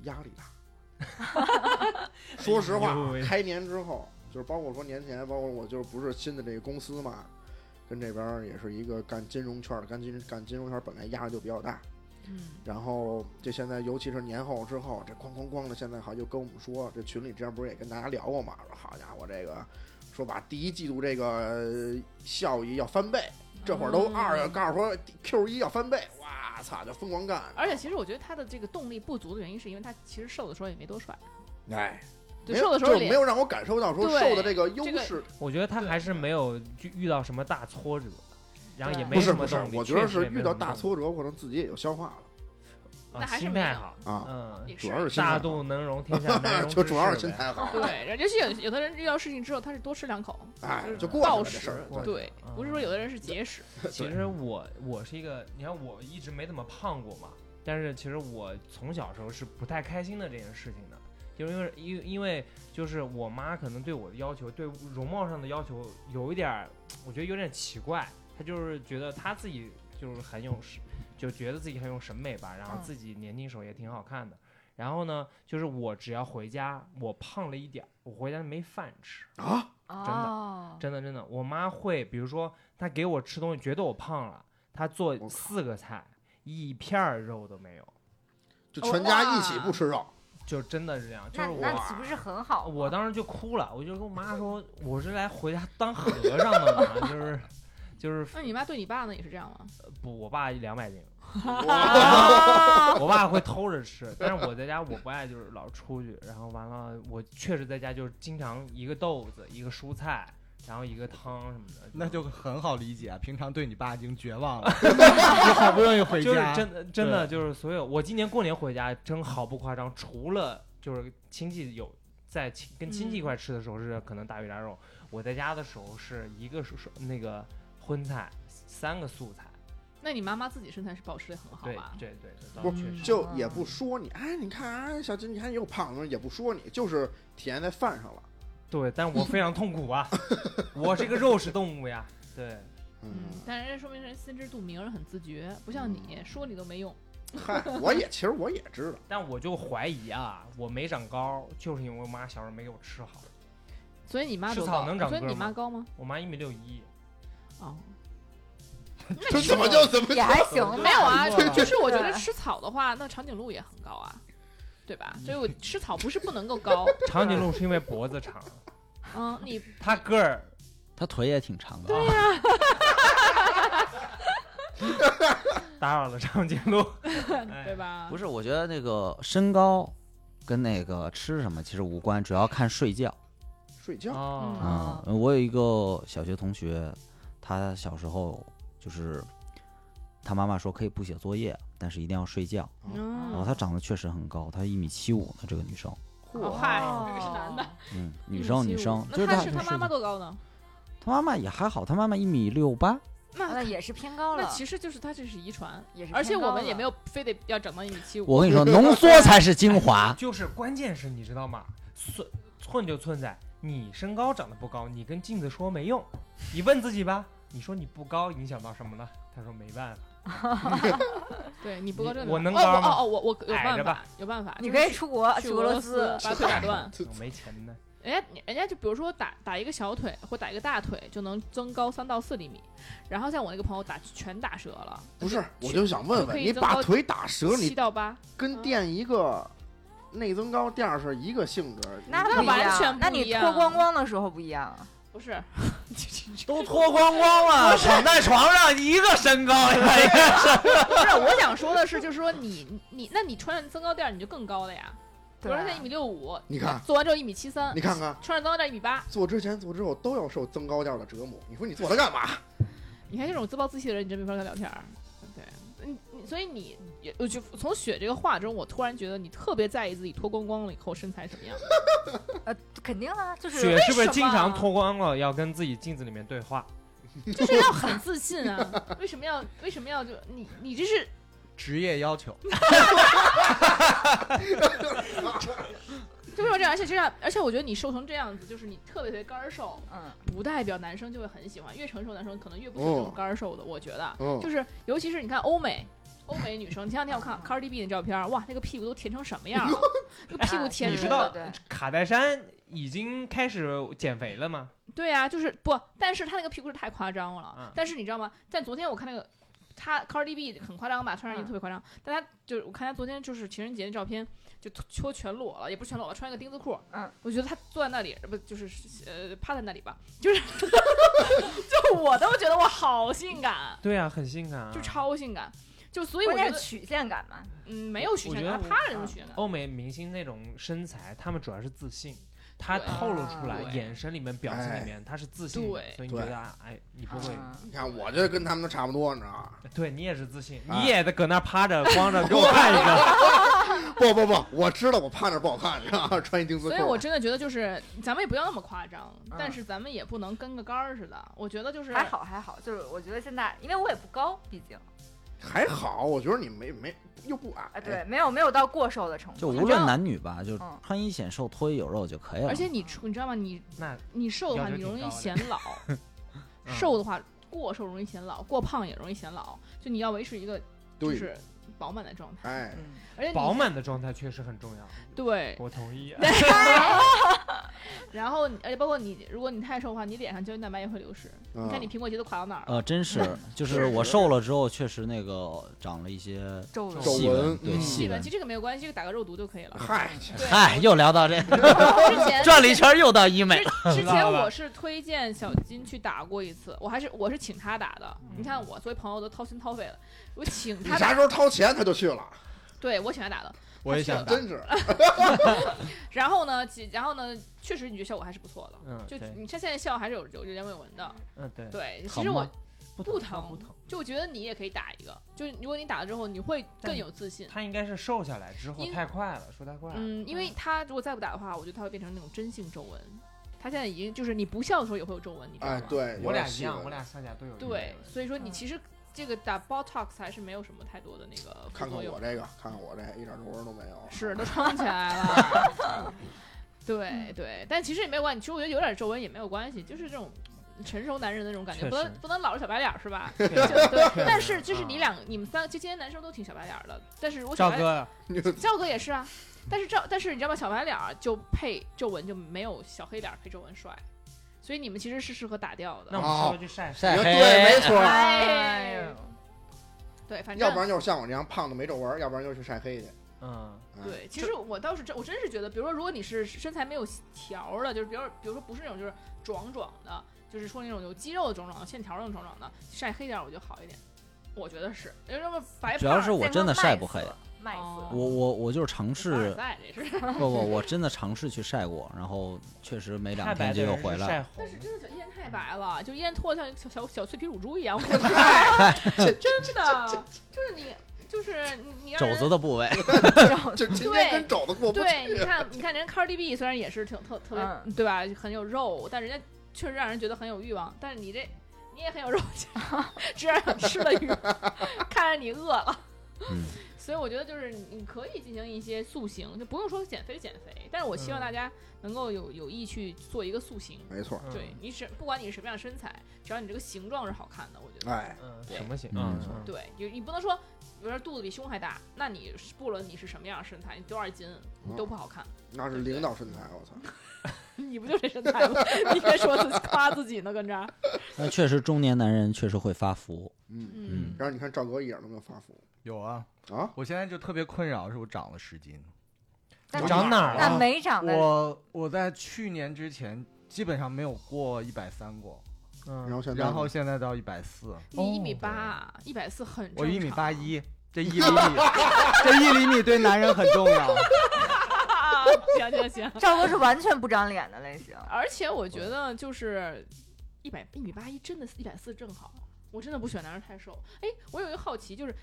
压力大。说实话
哎呦喂，
开年之后，就是包括说年前，包括我就是不是新的这个公司嘛，跟这边儿也是一个干金融圈儿的，干金干金融圈儿本来压力就比较大，
嗯，
然后这现在，尤其是年后之后，这哐哐哐的，现在好像就跟我们说，这群里之前不是也跟大家聊过嘛？说好家伙，这个说把第一季度这个呃效益要翻倍，这会儿都
嗯
二，告诉说 Q 一要翻倍，哇操，就疯狂干。
而且其实我觉得他的这个动力不足的原因，是因为他其实瘦的时候也没多帅，
哎，
就
没
瘦
有
的时
就
候
是没
脸
有让我感受到说
对
瘦的这个优
这个
势。
我觉得他
对
还是没有遇遇到什么大挫折，然后也
对
没
不是
什
不
么
是
动，力。
我觉得
确实
是
也没有
遇到
什么
大
动力，
挫折，可能自己也就消化了
啊
那还是
心
没
态
有
好。
啊。
嗯，
也
主要是心态
大肚能容天 下难容之
就
事呗，
主要是心态好，
对，人家是有有的人遇到事情之后，他是多吃两口，
嗯
哎，就过
暴
去了这
食
事儿。，
对，不是说有的人是节食，
其实我我是一个，你看我一直没怎么胖过嘛，但是其实我从小时候是不太开心的这件事情的，就是因为因因为就是我妈可能对我的要求，对容貌上的要求有一点儿，我觉得有点奇怪，她就是觉得她自己就是很有审，就觉得自己很有审美吧，然后
嗯
自己年轻时候也挺好看的。然后呢，就是我只要回家，我胖了一点儿，我回家没饭吃。
啊，
的
哦，
哎真的真的，我妈会，比如说她给我吃东西，觉得我胖了，她做
靠
四个菜，一片儿肉都没有，
就全家一起不吃肉，
就真的是这样，就
那
是
那
我。
岂不是很好？
我当时就哭了，我就跟我妈说，我是来回家当和尚的嘛， 就是，就是
那你妈对你爸呢也是这样吗？
不，我爸两百斤，
哇
我爸会偷着吃，但是我在家我不爱，就是老出去，然后完了，我确实在家就是经常一个豆子，一个蔬菜，然后一个汤什么的，
那就很好理解。啊平常对你爸已经绝望了，你好不容易回
就是
家，
真的真的就是所有，我今年过年回家真毫不夸张，除了就是亲戚有在亲跟亲戚一
嗯
块吃的时候是可能大鱼大肉，我在家的时候是一个是是那个荤菜，三个素菜，
那你妈妈自己身材是保持的很好
对
吧？
对对对，
不
倒确实
就也不说你，哎，你看啊，小金，你看你又胖了，也不说你，就是体现在饭上了。
对，但我非常痛苦 啊，我是一个肉食动物呀，对，
嗯，但人家说明人心知肚明，人很自觉，不像你
嗯
说你都没用。
嗨，我也其实我也知道，
但我就怀疑啊，我没长高，就是因为我妈小时候没给我吃好，
所以你妈
吃
多
草
高啊
能长
所以
个
你
儿
妈
吗
高吗？
我妈一米六一，
哦，
这怎么就怎么
也还行吧，
没有啊，
对
就就是我觉得
对
吃草的话，那长颈鹿也很高啊，对吧？所以 我吃草不是不能够高，
长颈鹿是因为脖子长，
嗯，你
它个儿
他腿也挺长的啊，
打扰了长颈鹿，哎
对吧？
不
是
是，我觉得那个身高跟那个吃什么其实无关，主要看睡觉
睡 觉
哦。
嗯
啊、嗯我有一个小学同学，他小时候就是他妈妈说可以不写作业，但是一定要睡觉。
嗯
然
哦
后她长得确实很高，她一米七五呢，这个女生，
啊
哦嗨，这个是男的，
嗯，女生女生，就
那
是她
他是他妈妈多高呢？
她妈妈也还好，她妈妈一米六八，
那也是偏高
那
了，
其实就是他这是遗传，
也是偏高了，
而且我们也没有非得要长到一米七五。
我跟你 说，浓缩才是精华
哎 就是关键是你知道吗？寸寸就寸在你身高长得不高，你跟镜子说没用。你问自己吧，你说你不高影响到什么了？他说没办法，
对你不高
你
这
我能
哦
高
我
吗
哦哦，我我有
哎
矮
办
着
法
吧，
有办法，
你
就是
可以
去
出国
去
去俄罗斯，
把腿打 断。
我没钱呢。
人家人家就比如说打打一个小腿或打一个大腿就能增高三到四厘米，然后像我那个朋友打全打折了，
不是，我就想问
可
问
以
你，
增高
把腿打折，
七
你
到八，
跟垫一个内增高垫儿是一个性质，
那
那
不一样
完全
那
不一
你
样啊
脱光光的时候不一样，
不是，
都脱光光了，躺在床上一个身高呀！
不是我想说的是，就是说你你那你穿上增高垫儿你就更高了呀，比
对
如
啊
说现在一米六五，
你看，
做完之后一米七三
你，看看。
穿上增高垫儿一米八，
做之前做之后都要受增高垫的折磨，你说你做它干嘛？
你看这种自暴自弃的人，你真没法跟他聊天儿。对，嗯，你所以你也呃我就从雪这个话中，我突然觉得你特别在意自己脱光光了以后身材什么样。
肯定啊，就是
雪是不是经常
为什么
脱光了要跟自己镜子里面对话？
就是要很自信啊！ 为什么要为什么要就你你这是
职业要求。
就为什么这样？而且这样，而且我觉得你瘦成这样子，就是你特别特别干儿瘦，
嗯，
不代表男生就会很喜欢。越成熟的男生可能越不喜欢这种干儿瘦的。我觉得，
嗯
就是尤其是你看欧美。欧美女生，前两天我看 Cardi B 那照片，哇，那个屁股都填成什么样 了？那个屁股填
你
出
知
来
道
了，
对
卡戴珊已经开始减肥了吗？
对呀、就是不，但是她那个屁股是太夸张了。
嗯
但是你知道吗？但昨天我看那个她 Cardi B 很夸张吧，穿上衣服
嗯
特别夸张，但她就是我看她昨天就是情人节的照片，就脱全裸了，也不是全裸吧，穿一个丁字裤。
嗯，
我觉得她坐在那里，不就是呃趴在那里吧，就是 就我都觉得我好性感，
对啊，很性感啊。
就超性感。就所以我
关
觉
键
得
是曲线感嘛。
嗯没有曲
我
线
觉
感，
得
他怕什么曲线
哦
感？
欧美明星那种身材，他们主要是自信，他
对
透露出来
对
眼神里面、表情
哎
里面，他是自信的
对，
所以你觉
对
得啊哎，你不会，
啊
你看我这跟他们都差不多，你知道吗？
对你也是自信，
哎
你也得搁那趴 着光着给我看一个，
不不不，我知道我趴那儿不好看，你知道吗？ 穿一丁字裤，
所以我真的觉得就是咱们也不要那么夸张，但是咱们也不能跟个杆儿似的。我觉得就是
还好还好，就是我觉得现在，因为我也不高，
哎
毕竟，
还好，我觉得你没没又不矮，
啊
哎，对，，没有没有到过瘦的程 度。
就无论男女 吧，就
嗯
穿衣显瘦，脱衣有肉就可以了。
而且你出，你知道吗？你
那
你瘦的
要
话，
求
你容
挺
易
高的嗯
显 老；瘦的话，过瘦容易显老，过胖也容易显老。就你要维持一个就
对，
是饱满的状态，
哎，
嗯，
而且你
饱满的状态确实很重要，
对，
我同意。
然后你而且包括你，如果你太瘦的话，你脸上胶原蛋白也会流失。
你
嗯你看你苹果肌都垮到哪儿了？
呃，真 是，就是是我瘦了之后，确实那个长了一些
皱
皱
皱
细
纹
纹，对
嗯
细
纹，
纹
其实。这个没有关系，这个打个肉毒就可以 了。
嗨，
对，
嗨，又聊 到这，
我之前
转了一圈儿又到医 美了。
之
知道
前我是推荐小金去打过一次，我还是我是请他打的。
嗯
你看我作为朋友都掏心掏肺了，我请
你
他
啥
打，
时候掏钱他就去了，
对我请他打的。
我也想打，
真是
然后呢，其然后呢，确实你觉得效果还是不错的。
嗯，
就
对，
你像现在笑还是有有有点尾纹的，
哎
嗯对，
对，其
疼
实我
吗
不
疼不
疼，就我觉得你也可以打一个，就是如果你打了之后，你会更有自信。
他应该是瘦下来之后
因
太快了，瘦太快了。
嗯，因为他如果再不打的话，我觉得他会变成那种真性皱纹。他现在已经就是你不笑的时候也会有皱纹，你知道
哎，
吗？
对，
我俩
有点
一
细
样，
纹
我俩上下都有一个
对，所以说你
嗯
其实这个打 Botox 还是没有什么太多的那个副
看看
作用
我。这个，看看我这一点皱纹都没有，
是都撑起来了。对对，但其实也没有关系，其实我觉得有点皱纹也没有关系，就是这种成熟男人的那种感觉，
确
不
实
能不能老是小白脸儿是吧？
对
就 对，
确
但
实
是就是
嗯
你
啊
两你们三，就今天男生都挺小白脸儿的，但是我
赵
小白
哥，
你
赵哥也是啊，但是赵但是你知道吗？小白脸儿就配皱纹就没有小黑脸儿配皱纹帅，所以你们其实是适合打掉的。
那我们稍微去晒晒。
晒黑，
对，没错，
哎呦对，反正
要不然就是像我这样胖的没皱纹，要不然就是去晒黑去。
嗯，
对，其实我倒是真，我真是觉得，比如说，如果你是身材没有条儿的，就是比如，比如说不是那种就是壮壮的，就是说那种有肌肉的壮壮、线条儿那种壮壮的，晒黑点儿我觉得好一点，我觉得是，因为什么白
主要
胖
是我
健
真的
康
晒
麦
不
色
黑，
麦
哦
色
我我我就是尝
凡尔
试，
赛这是，
不不，我真的尝试去晒过，然后确实没两
太白的
天就又
人是
回来
晒
了。
红
但是真的小依然太白了，就依然脱得像小小小脆皮乳猪一样，我觉得真的就是你就是你你让
肘
人
子的部 位，
就今天跟肘子过不
哦对，你
去，
看，你看人家 Cardi B 虽然也是挺特特别，
嗯
对吧？很有肉，但人家确实让人觉得很有欲望。但是你这你也很有肉 劲儿，只让想吃了欲望， 看着你饿了。
嗯，
所以我觉得就是你可以进行一些塑形，就不用说减肥减肥，但是我希望
嗯
大家能够有有意去做一个塑形。
没错，
嗯
对你是不管你是什么样的身材，只要你这个形状是好看的，我觉得。
哎，
嗯，
对
什么型？
嗯
嗯，嗯，
对，你你不能说，比如说肚子比胸还大，那你是不论你是什么样的身材，你多少斤
嗯
你都不好看。
那是领导身材，我操！
你不就这身材吗？ 你别说自己夸自己呢，跟这儿。
那确实中年男人确实会发福。
嗯，
嗯
然后你看赵哥一点都没有发福
有啊，
啊，
我现在就特别困扰，是我长了十斤。
但
长哪儿了？
啊
但没长的
我我在去年之前基本上没有过一百三过，
然
嗯，
后现在
然后现在到一百四，
你一米八，一百四很
我
正
一米
常
八，一，这一厘米， 这一厘米对男人很重要。
啊 行行行。
赵哥是完全不长脸的类型，
而且我
嗯
觉得就是一百一米八一，真的一百四正好。我真的不喜欢男人太瘦。哎，我有一个好奇，就是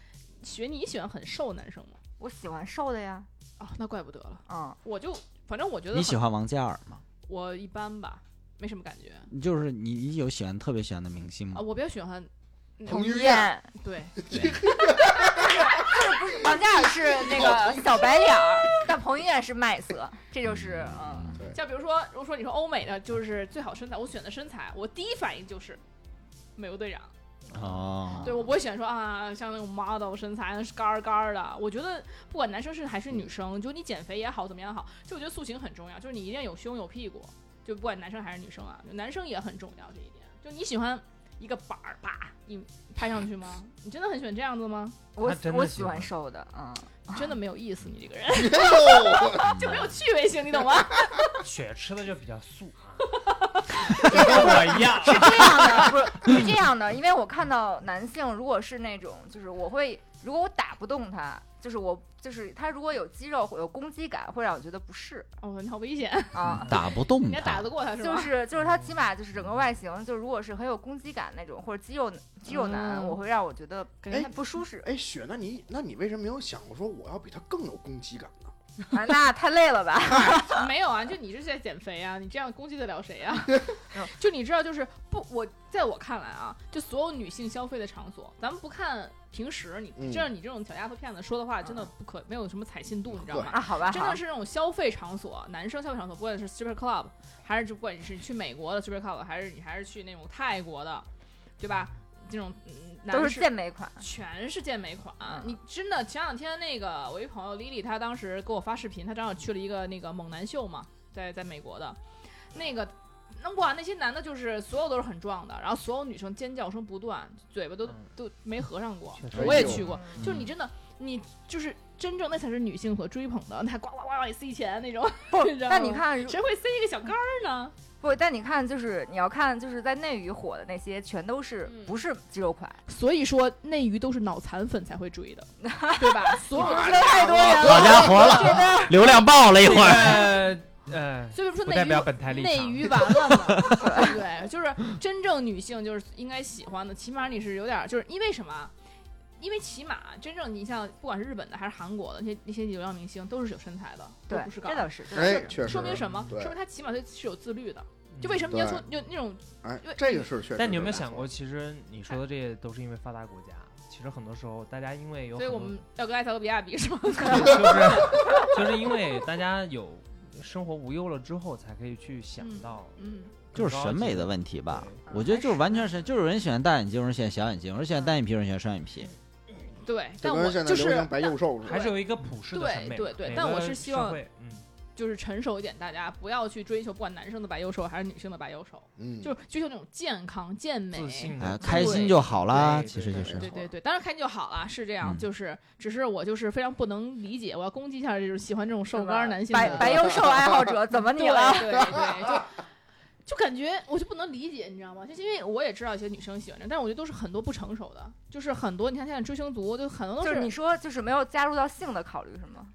学你喜欢很瘦的男生吗？
我喜欢瘦的呀，
哦，那怪不得了。
嗯，
我就反正我觉得
你喜
很
欢王嘉尔吗？
我一般吧，没什么感觉
就是你你有喜欢特别喜欢的明星
啊。
吗？
我比较喜欢那
彭
种
于晏，
燕
对
王嘉尔是那个小白脸儿，但彭于晏是麦色，这就是嗯，
嗯，
像比如说，如果说你说欧美的就是最好身材，我选的身材，我第一反应就是美国队长。
哦，
对我不会选说啊，像那种 model 身材是杆儿杆儿的。我觉得不管男生是还是女生，就你减肥也好，怎么样也好，就我觉得塑形很重要，就是你一定要有胸有屁股，就不管男生还是女生啊，就男生也很重要这一点。就你喜欢一个板儿啪，你拍上去吗？你真的很喜欢这样子吗？
我
他真的
我
喜
喜欢
欢
瘦的，嗯，
你真的没有意思，你这个人
哎呦
啊就没有趣味性，你懂吗？
雪吃的就比较素 啊，就跟我一样。
是这样的，不是是这样的，因为我看到男性如果是那种，就是我会如果我打不动他，就是我就是他如果有肌肉有攻击感，会让我觉得不适
哦，你好危险，
啊。
打不动
你还打
他
得，过他是吧？
就是就是他起码就是整个外形，就如果是很有攻击感那种，或者肌肉肌肉男，
嗯
我会让我觉得
感觉他
不舒适。
哎，雪，那你那你为什么没有想过说我要比他更有攻击感呢？
哎
啊，那 太累了吧？
没有啊，就你这是在减肥啊，你这样攻击得了谁 啊？ 就你知道，就是不，我在我看来啊，就所有女性消费的场所，咱们不看平时，
嗯
你这你这种小丫头骗子说的话，真的不可没有什么采信度，你知道
对
吗？
啊， 好吧，
真
好
的是那种消费场所，男生消费场所，不管是 strip club，还是就不管你是去美国的 strip club，还是你还是去那种泰国的，对吧？这种嗯
都
男
是
士
健美款。
全是健美款。
嗯
你真的前两天那个我一朋友 Lily，她当时给我发视频，她正好去了一个那个猛男秀嘛，在在美国的，那个。那哇，那些男的就是所有都是很壮的，然后所有女生尖叫声不断，嘴巴都、
嗯
都没合上过。
哎
我也
呦
去过，
嗯
就你真的，你就是真正那才是女性所追捧的，那还呱呱呱往里塞钱那种。
不
你知道
但你
吗
看，
谁会塞一个小杆儿呢？
不，但你看，就是你要看，就是在内娱火的那些，全都是
嗯
不是肌 肉款，
所以说内娱都是脑残粉才会追 的，对吧？所有人
这太多人
啊
好
了。
家伙 了，流量爆了一
这
会儿。
个呃，
所以说
不
内
代
娱
表本台立
内
场。
娱完了嘛， 对不对？就是真正女性就是应该喜欢的，起码你是有点儿，就是因为什么？因为起码真正你像不管是日本的还是韩国的那些那些流量明星都是有身材的，都
对
不是，高
这。倒是，这 倒
哎，
是
确实，
说明什么？
对
说明他起码他是有自律的。
嗯
就为什么要说就那种
哎
因为，
这个是
嗯
确实。
但你有没有想过，？其实你说的这些都是因为发达国家，其实很多时候大家因为有
所
很
以
多，
我们要跟埃塞俄比亚比是吗？
就是就是因为大家有生活无忧了之后，才可以去想
嗯
到
嗯，
就是审美的问题吧，
对
我觉得就是完全是，就是有人喜欢大眼睛，有人喜欢小眼睛，有人喜欢单眼皮，有人喜欢双眼皮。
对。
这
但
跟
我
现在
就
流
是
行白幼瘦似
题，
的。
还是有一个普世的审美嘛。
对对对
每
但我
个
是希望
社会嗯，
就是成熟一点，大家不要去追求不管男生的白幼瘦还是女性的白幼瘦，
嗯，
就是追求那种健康、健美、
自信
啊，
的
开心就好啦，
对
其实就是
对对对，当然开心就好了，是这样，
嗯
就是只是我就是非常不能理解，我要攻击一下这种喜欢这种
是
瘦
吧
杆儿男性
白
的，
白幼瘦爱好者，怎 么
对
你 了？
对 对，就就感觉我就不能理解，你知道吗？就是因为我也知道一些女生喜欢这样，但是我觉得都是很多不成熟的，就是很多你看现在追星族，就很多都
就是是你说，就是没有加入到性的考虑是吗？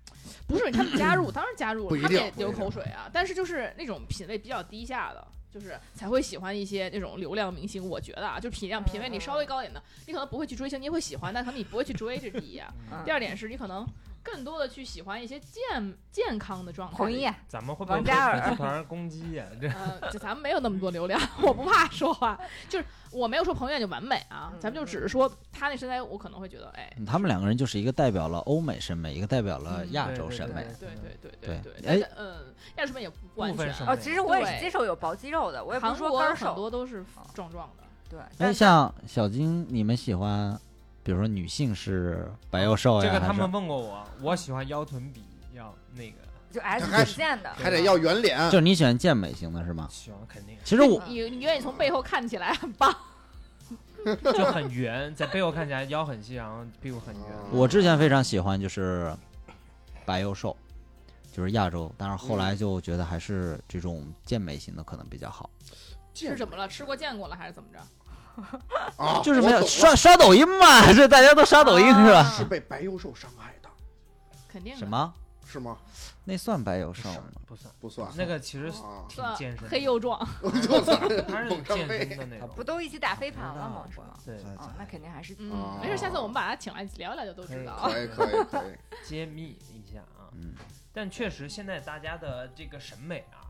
不是他们加入，当然加入
不一
了，他们
定
也
不一
流
定
口水啊，但是就是那种品味比较低下的。就是才会喜欢一些那种流量明星，我觉得啊，就品量品味你稍微高一点的，你可能不会去追星，你也会喜欢，但可能你不会去追，这是第一啊。
嗯
第二点是你可能更多的去喜欢一些健健康的状态。
彭于晏，
咱们会被
王
粉
嘉尔
丝团攻击呀，这
呃，就咱们没有那么多流量，我不怕说话，就是我没有说彭于晏就完美啊，咱们就只是说他那身材，我可能会觉得，哎，
嗯他们两个人就是一个代表了欧美审美，一个代表了
嗯
亚
对
洲
对
审
对
美。哎
对对对
对
对对，
哎
但是嗯，亚洲审美也不完
部分
全，
审美
哦，其实我也是
对
接受有薄肌肉的，我也不
韩
是说啊
国
干
很
瘦。
多都是壮壮的，
对，
那
但
像小金，你们喜欢，比如说女性是白幼瘦哦呀，
这个他
还是
们问过我，我喜欢腰臀比要那 个，
就 S
还
曲线的，
还得要圆脸，
就是你喜欢健美型的是吗？
喜欢肯定
其实我
你你愿意从背后看起来很棒，
就很圆，在背后看起来腰很细，然后屁股很圆。
哦
我之前非常喜欢就是白幼瘦，就是亚洲，但是后来
嗯
就觉得还是这种健美型的可能比较好，
见
是怎么了？吃过见过了还是怎么着？
啊，
就是没
我啊
有
懂
刷刷抖音嘛，这大家都刷抖音是吧？
是被白幼瘦伤害的，
肯定 的
什么？
是吗？
那算白幼瘦
少
吗？
不算，
不算，
那个其实
啊，
挺
算
健身的，
黑又壮，
我就算
他是
猛张
健
飞
身的那
他
种
不。都一起打飞盘了
嗯
吗？是
不知道
吗？
对，
哦，那肯定还是
嗯，没事，下次我们把他请来聊聊就都知道啊。
可以可以可以，
揭秘一下啊。
嗯，
哎
但确实现在大家的这个审美啊，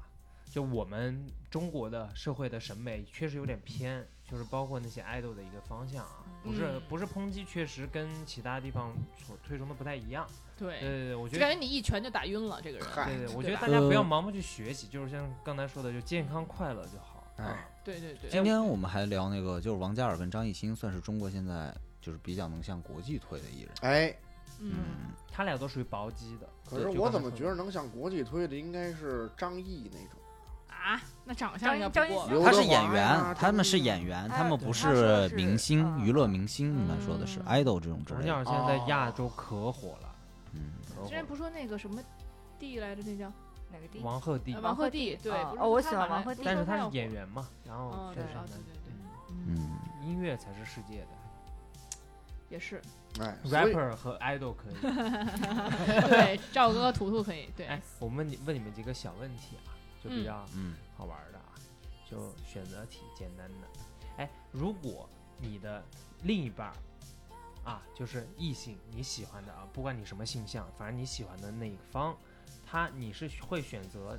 就我们中国的社会的审美确实有点偏，就是包括那些爱豆的一个方向啊，不是、
嗯
不是抨击，确实跟其他地方所推崇的不太一样。
对，
对对对，我觉
就
得
感。觉你一拳就打晕了这个人。
嗨
对对，我
对
觉得
吧
大家不要
呃
盲目去学习，就是像刚才说的，就健康快乐就好。
哎
啊
对对对，
今天我们还聊那个，就是王嘉尔跟张艺兴，算是中国现在就是比较能向国际推的艺人。
哎，
嗯，
他俩都属于薄肌的。
可是
对
我怎么觉得？能向国际推的应该是张译那种，
啊，那长相应该
张
不过吧
张艺兴
他
刘啊德
是
华
演员
呀，
他们是
张
演员，他们不
他说的
是
是
明星、
啊
嗯
娱乐明星。你们说的是
嗯
idol 这种职
王
业
嘉。尔现在在亚洲可火了，
嗯，
可
之
火
前
了
不说那个什么帝来着，那叫
哪个地？
王鹤棣
呃，
王鹤
鹤棣，对，
哦
不是
哦我
他
喜欢
把
王鹤棣
不
但
说
是
他
他
要
是演
火，
员嘛，然后
哦
确
对
实
啊
很
对对对
难。
嗯
嗯，
音乐才是世界的，
也是
哎，所以
rapper 和 idol 可以。
对赵哥、图图可以对。
哎，我问你问你们几个小问题啊，就比
嗯
较
嗯，
好玩儿的啊，就选择题简单的。哎，如果你的另一半儿啊，就是异性你喜欢的啊，不管你什么性向，反正你喜欢的那一方，他你是会选择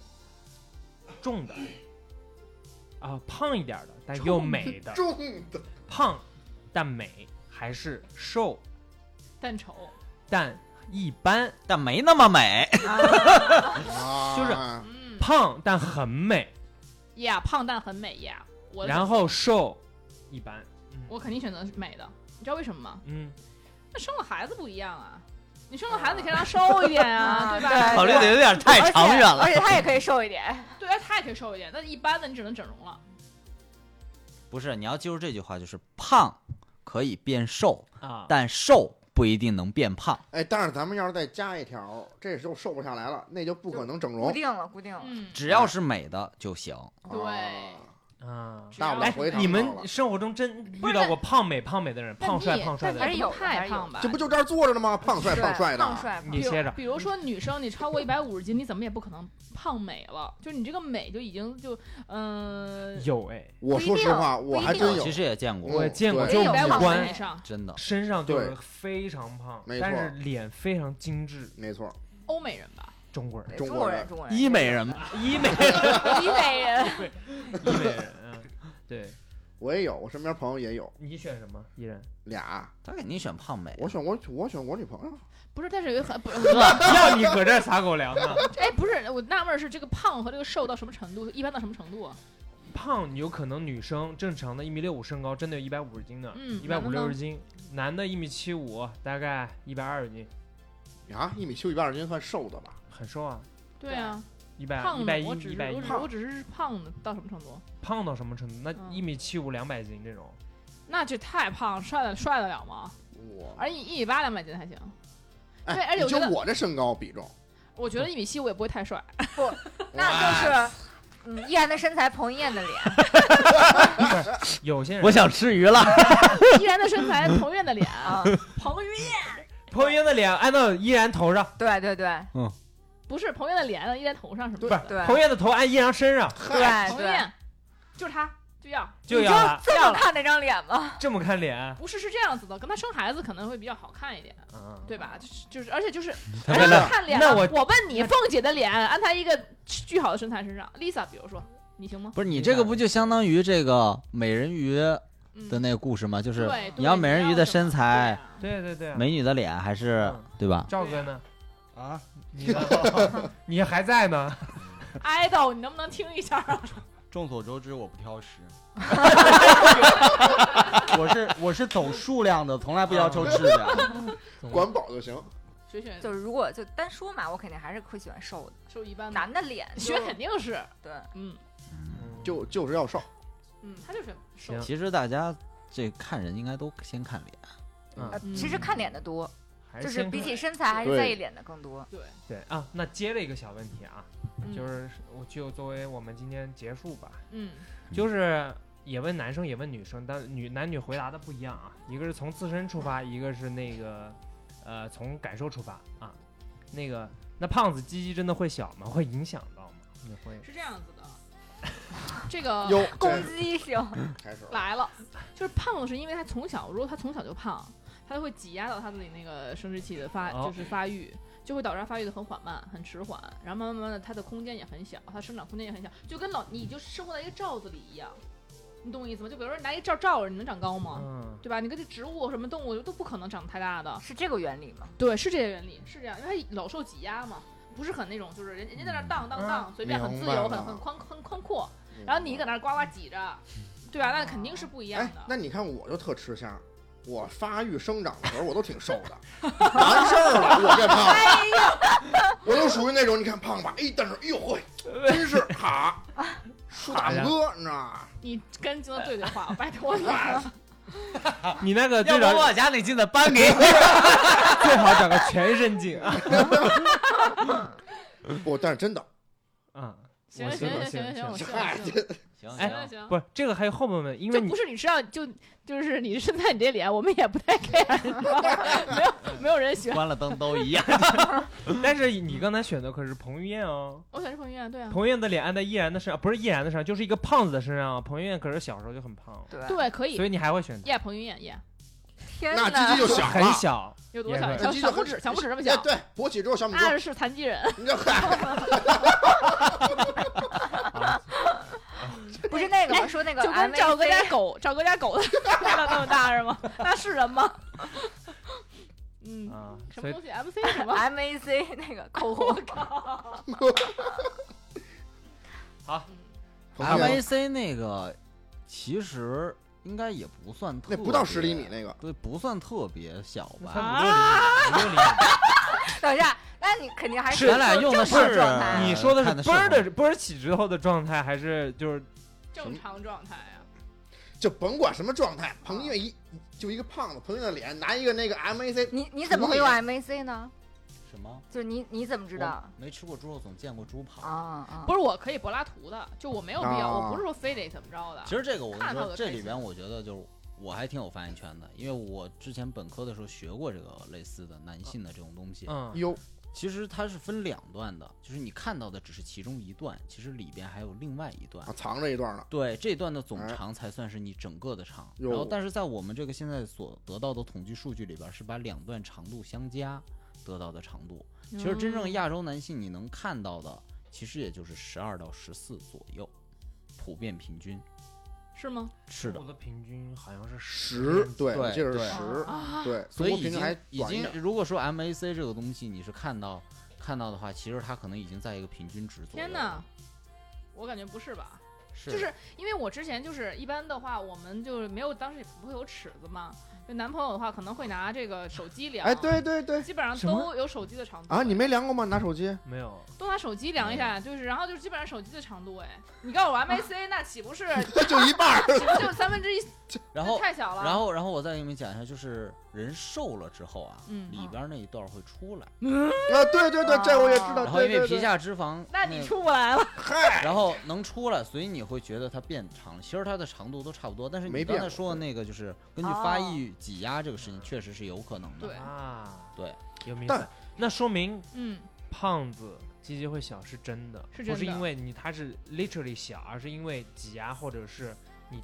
重的啊，胖一点儿的但又美的，
重的
胖但美，还是瘦
但丑，
但一般，
但没那么美。
就是
啊
嗯
胖但很美，
，Yeah，胖但很美，Yeah，我
然后瘦一般。
我肯定选择是美的，你知道为什么吗？
嗯，
那生了孩子不一样啊，你生了孩子你可以让他瘦一点啊，对吧？
啊
哦
考虑的有点太长远了
而，且他也可以瘦一点，
对，哎，他也可以瘦一点，但一般的你只能整容了。
不是？你要记住这句话，就是胖可以变瘦，
啊，
但瘦不一定能变胖。
哎，但是咱们要是再加一条，这就瘦不下来了，那就不可能整
固
容。
定了，固定了。
嗯，
只
哎
要是美的就行。
对
啊
啊，
只
大
要
不了
哎
回头
你
到了
们生活中真遇到过胖美胖美的人，
但
胖帅
你
胖帅
但
的
还
你
是
人？
有
不太
还是有
胖吧？
这不就这儿坐着呢吗？胖帅胖帅的，啊
胖帅，胖
你歇着，
比如说女生，你超过一百五十斤，你怎么也不可能胖美了，就是你这个美就已经就嗯、
有哎，
我说实话，
不一定
我还真
不一
有
其，实也见
嗯
过，
我也见过，
对
就
一
五
百
胖
五十
官
以上，
真的。
身上就是
对
非常胖
没，
但
错
是脸非常精致，
没错，
欧美人吧，
中国人，
中
中
国人
人，中国人，
医美人吧，
医 美人，
医美人，
医美人，嗯，对
我也有，我身边朋友也有
你选什么？依 然，
俩，
他肯定选胖美。啊
我选我我选我女朋友，
不是？但是有一个 很不是，
要你搁这儿撒狗粮啊呢？
哎，不是，我纳闷儿是这个胖和这个瘦到什么程度，一般到什么程度啊？
胖有可能女生正常的一米六五身高，真的有一百五十斤的，
嗯
一百五
男的
六
呢
十斤，男的一米七五，大概一百二十斤，
啊，一米七五一百二十斤算瘦的吧？
很瘦啊，
对啊，
一百
胖
一百
的，
一
我只
一
是
百一
我只我只是胖的到什么程度？
胖到什么程度？那
嗯
一米七五两百斤这种，
那这太胖，帅得帅得了吗？
我
而一一米八两百斤还行，对而
哎，
且
你
我觉
就
得
我这身高比重，
我觉得一米七我也不会太帅。
那就是。嗯，依然的身材，彭于晏的脸，
有些人
我想吃鱼了。
依然的身材，彭于晏的脸，
啊，
彭于晏
彭于晏的脸按到依然头上，
对对对
不是彭于晏的脸，依然头上什么
不是
的，
对
彭于晏的头按依然身上，
对
彭于
对，
晏就是他就要
就要
你
了
这么看那张脸吗？
这么看脸，
不是是这样子的，跟他生孩子可能会比较好看一点，
嗯，
对吧？就是就是，而且就是
他
哎
为了
看脸
那
了，
我
我问你，凤姐的脸安排一个巨好的身材身上，Lisa 比如说，你行吗？
不是你这个不就相当于这个美人鱼
嗯，
的那个故事吗？就是
对，
你要美人鱼的身
对
材，
啊
对对对，
美女的脸，还是
嗯
对吧？
赵哥呢？
啊，
你呢 你还在呢？
idol，你能不能听一 下？
众所周知，我不 挑食。我是我是走数量的，从来不要求质量。
嗯
管饱就行。
学选
就是如果就单说嘛，我肯定还是会喜欢瘦的，
瘦一般的，
男的脸就
学肯定是，
对，
嗯
嗯
就就是要瘦，
嗯，他就是瘦
行，
其实大家这看人应该都先看脸，
呃
嗯
其实看脸的多，
嗯还
就是
先
比
看
起身材还是
对
在意脸的更多。
对，
对啊，那接着一个小问题啊，
嗯
就是我就作为我们今天结束吧，
嗯
就是也问男生也问女生，但女男女回答的不一样啊，一个是从自身出发，一个是那个呃从感受出发啊。那个那胖子鸡鸡真的会小吗？会影响到吗？你会
是这样子的， 这个
哟，
攻击性，
开始了，
来了，就是胖是因为他从小，如果他从小就胖，他就会挤压到他自己那个生殖器的发，
哦
就是发育，就会导致他发育的很缓慢、很迟缓，然后慢慢慢慢的，他的空间也很小，他生长空间也很小，就跟老你就生活在一个罩子里一样，你懂我意思吗？就比如说拿一罩罩着，你能长高吗？
嗯
对吧？你跟这植物、什么动物都不可能长太大的，
是这个原理吗？
对，是这些原理，是这样，因为它老受挤压嘛，不是很那种，就是人人家在那儿荡荡荡，随便很自
明白
由，
了
很很宽很宽阔，
嗯
然后你搁那儿呱呱挤着，对吧？那肯定是不一样
哎
的。，
那你看我就特吃香。我发育生长的时候，我都挺瘦 的，完事儿了，我变胖了，我就属于那种你看胖吧，哎，但是哎呦 喂，真是哈，树大拇哥，你知道哎吗？
你跟金子对对话，拜托 你。
你那
呃
要
个最
不
少
我把那镜子搬给你。
最好 找个全身镜啊。
不，但是真的，
嗯，
行
我
行
信
行
了信
行行，
了
我
信
信
嗨
了信了
这
行
行
行
了，行了。
不是这个还有后半部分，因为
这
你
不是你知道，就就是你的身材，你这啊脸，我们也不太 care，你知道吗没有没有人喜欢。
关了灯都 一样。
但是你刚才选的可是彭于晏哦，
我选是彭于晏，对啊，
彭于晏的脸按在依然的身上，不是依然的身上，就是一个胖子的身上啊。彭于晏可是小时候就很胖，
对，
对，可以
所，以你还会选择
耶，彭于晏，耶，
天
那鸡鸡就小啊
很
了，
小，
有多
也
小？
可以
那
小
鸡鸡
小
就
拇
跟
指，小拇指这么
哎
小，
对，勃起之后小拇
那
哥，
是残疾人。
你这 嗨，
不是那个
哎
吗？说那个
就跟
MAC
赵哥家狗，赵哥家 狗的大到那么大是吗？那是人吗？嗯，
啊，
什
所
么
以
东西？MC 什么？
MAC 那个口红，
彭于
M
哎
晏
A C 那个其实应该也不算特
那
别，
不到十厘米那个，
对，不算特别小
才
吧？
五六厘米，五六厘 米。
等一下，那你肯定还
是
咱俩用的
正
是
常状态
你说的是
看
嘣儿
是
的嘣儿起之后的状态，还是就是
正常状态啊。
就甭管什么状态，彭于晏一就一个胖子，彭于晏的脸拿一个那个 MAC，
你你怎么会用 MAC 呢？
什么？
就是你你怎么知道？
我没吃过猪肉，总见过猪
啊
跑。
啊！
不是，我可以柏拉图的，就我没有必要，
啊
我不是说非得怎么着的。
其实这个我跟
看
你
到
说，
的
这
开
里
心
边我觉得就是我还挺有发言权的，因为我之前本科的时候学过这个类似的男性的这种东西。
嗯
哟，
其实它是分两段的，就是你看到的只是其中一段，其实里边还有另外一段
啊。藏着一段呢，
对这段的总
哎
长才算是你整个的长，
哟
然后但是在我们这个现在所得到的统计数据里边，是把两段长度相加得到的长度。其实真
嗯
正亚洲男性你能看到的，其实也就是十二到十四左右，普遍平均。
是吗？
是的
中，国的平均好像是
十，
嗯
对，
对
我记得是
对
十，
啊，
对，
所以
中国
已
平均还
经已
短一
经
点，
如果说 MAC 这个东西你是看到看到的话，其实它可能已经在一个平均值左右。
天哪！！我感觉不是吧？
是
就是因为我之前就是一般的话，我们就是没有，当时也不会有尺子嘛。就男朋友的话，可能会拿这个手机量。
哎，，对对对，
基本上
什么
都有手机的长度
啊，你没量过吗？拿手机，
没有，
都拿手机量
嗯
一下，就是然后就是基本上手机的长度。哎，你告诉 我 MAC，那岂不是岂
就一半儿，啊
不就三分之一？
然后
那太小了。
然后，然后我再给你们讲一下，就是人瘦了之后啊，
嗯
里边那一段会出来，
啊，对对
哦
对，这我也知道，
然后
对
因为
对
皮
对，
下脂肪，嗯
那
嗯
你出不来了。
嗨，
然后能出来，所以你会觉得它变长了。其实它的长度都差不多，但是
没
你
变
刚才
过
说
哦
的那个，就是根据发育挤压这个事情，确实是有可能的。
对
啊，
对，
有明
但
白。那说明
嗯，
胖子鸡鸡会小是真的，
是真的
不是因为你它是 literally 小，而是因为挤压或者是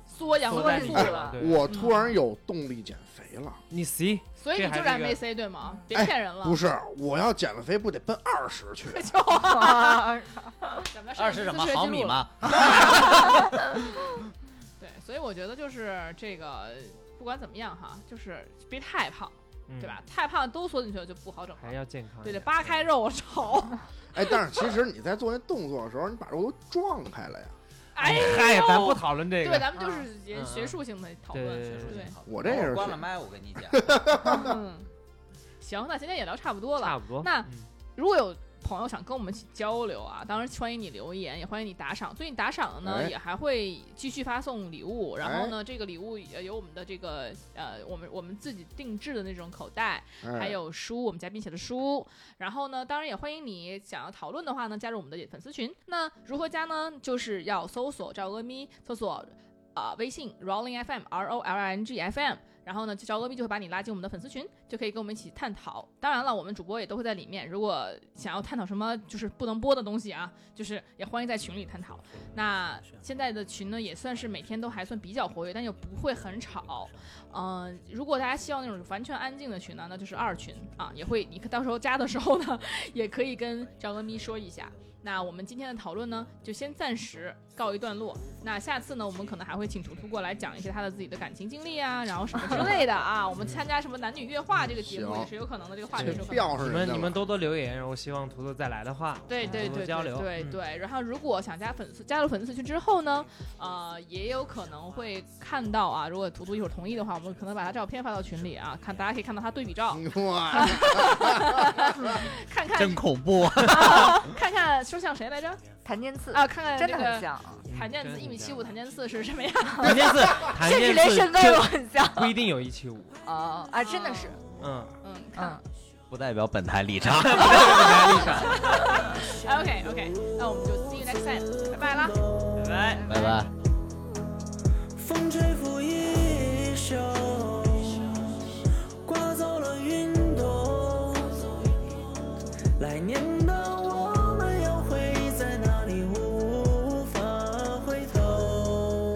缩阳
缩
的
在
进
里
去
素
面
了
对，
我
嗯
突然有动力减肥了。
你 see，
所以你
这还
就是是
一个嗯哎
MAC 对吗？别骗人了
不。是，我要减了肥，不得奔二十去？啊
啊
咱们
二是什么毫米？吗？
对，所以我觉得就是这个，不管怎么样哈，就是别太胖，
嗯
对吧？？太胖都缩进去了就不好整
还
了。
要健康一点，
对得扒开 肉瞅。
哎，但是其实你在做那动作的时候，你把肉都撞开了呀。
哎呦，
嗨，咱不讨论这
对，
个，嗯
咱们就是学学术性的讨论。
对
学术
对
性，好哦
我这也是
关了麦，我跟你 讲，
嗯，行，那今天也聊差不多了。
差不多。
那
嗯
如果有朋友想跟我们一起交流啊，当然欢迎你留言，也欢迎你打赏。最近打赏的呢，
哎
也还会继续发送礼物，然后呢，这个礼物也有我们的这个呃，我们我们自己定制的那种口袋，
哎、
还有书，我们嘉宾写的书。然后呢，当然也欢迎你想要讨论的话呢，加入我们的粉丝群。那如何加呢？就是要搜索赵阿咪，搜索啊、呃微信 Rolling FM R O L I N G F M。然后呢，这赵阿咪就会把你拉进我们的粉丝群，就可以跟我们一起探讨。当然了，我们主播也都会在里面。如果想要探讨什么就是不能播的东西啊，就是也欢迎在群里探讨。那现在的群呢，也算是每天都还算比较活跃，但又不会很吵。嗯、如果大家希望那种完全安静的群呢，那就是二群啊，也会你可到时候加的时候呢， 也可以跟赵阿咪说一下。那我们今天的讨论呢，就先暂时告一段落。那下次呢，我们可能还会请图图过来讲一些他的自己的感情经历啊，然后什么之类的啊。我们参加什么男女夜话这个节目
行
也是有可能的，这个话题
这
是有可能的。
吊上
你
人
们
家
你们
了。
多多留言，然后希望图图再来的话，
对对
多多
对
交
对
流，
对
嗯
对，然后如果想加粉丝加入粉丝群之后呢，呃，也有可能会看到啊，如果图图一会儿同意的话，我们可能把他照片发到群里啊，看大家可以看到他对比照，
哇，
嗯
看看
真恐怖 啊！
看看说像谁来着
檀健次
啊，看看
嗯真
这
的很
个
像，
谭
嗯
健次一米七五，谭健次是什么样？
谭健次， 谭
甚至
健
连
次
身高
就
都很像
不一定有一七五，
啊啊！真的是，
嗯，
嗯，看
嗯。
不代表本台立场。
不太有这个压力上。
，OK OK，那我们就今天 next time，拜拜啦，
拜拜。
拜拜。
风吹拂衣袖，刮走了云朵。来年的我们又会在哪里？无法回头，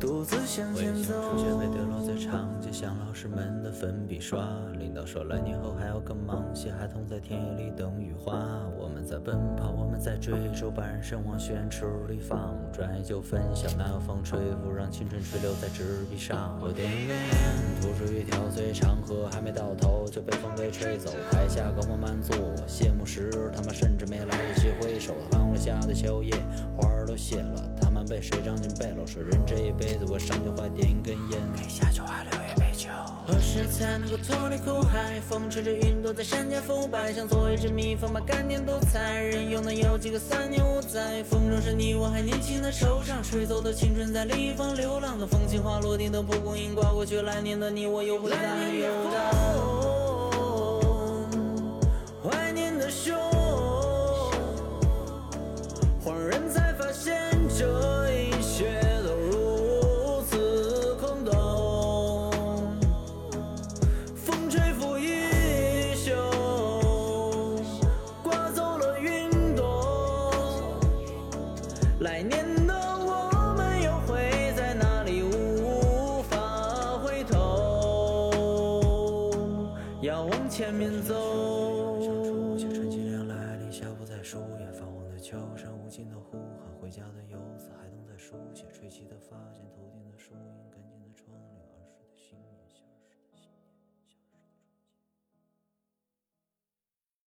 独自向
我已
前
经
走。
逐渐被丢落在长街，像老师们的粉笔刷。领导说来年后还要更忙些，孩童在田野里等雨花。我们在奔跑，我们在追逐，把人生往悬池里放。转眼就分享，哪有风吹拂，让青春垂留在纸笔上。我点一根烟，吐出一条最长河，还没到头就被风给吹走。台下高朋满座，谢幕时他们甚至没来得及挥手，寒露下的宵夜，花儿都谢了。他们被谁张进背篓？水人这一辈子，我上就坏点一根烟，给下就坏留一杯酒。何时才能够脱离苦海？风吹着云朵在山间腐败，像做一只蜜蜂把甘甜独裁。人又能有几个三年五载？风筝是你我还年轻的惆怅，吹走的青春在另一方流浪。等风情花落定，等蒲公英刮过去，来年的你我又会在哪里游荡？怀念的胸。恍然才发现这一切都如此空洞。风吹拂衣袖，刮走了云朵。来年的我们又会在哪里？无法回头，要往前面走。春季凉来，立夏不再疏远，泛黄的秋山，无尽的呼喊，回家的游子，孩童在书写，吹起的发线，头顶的树荫。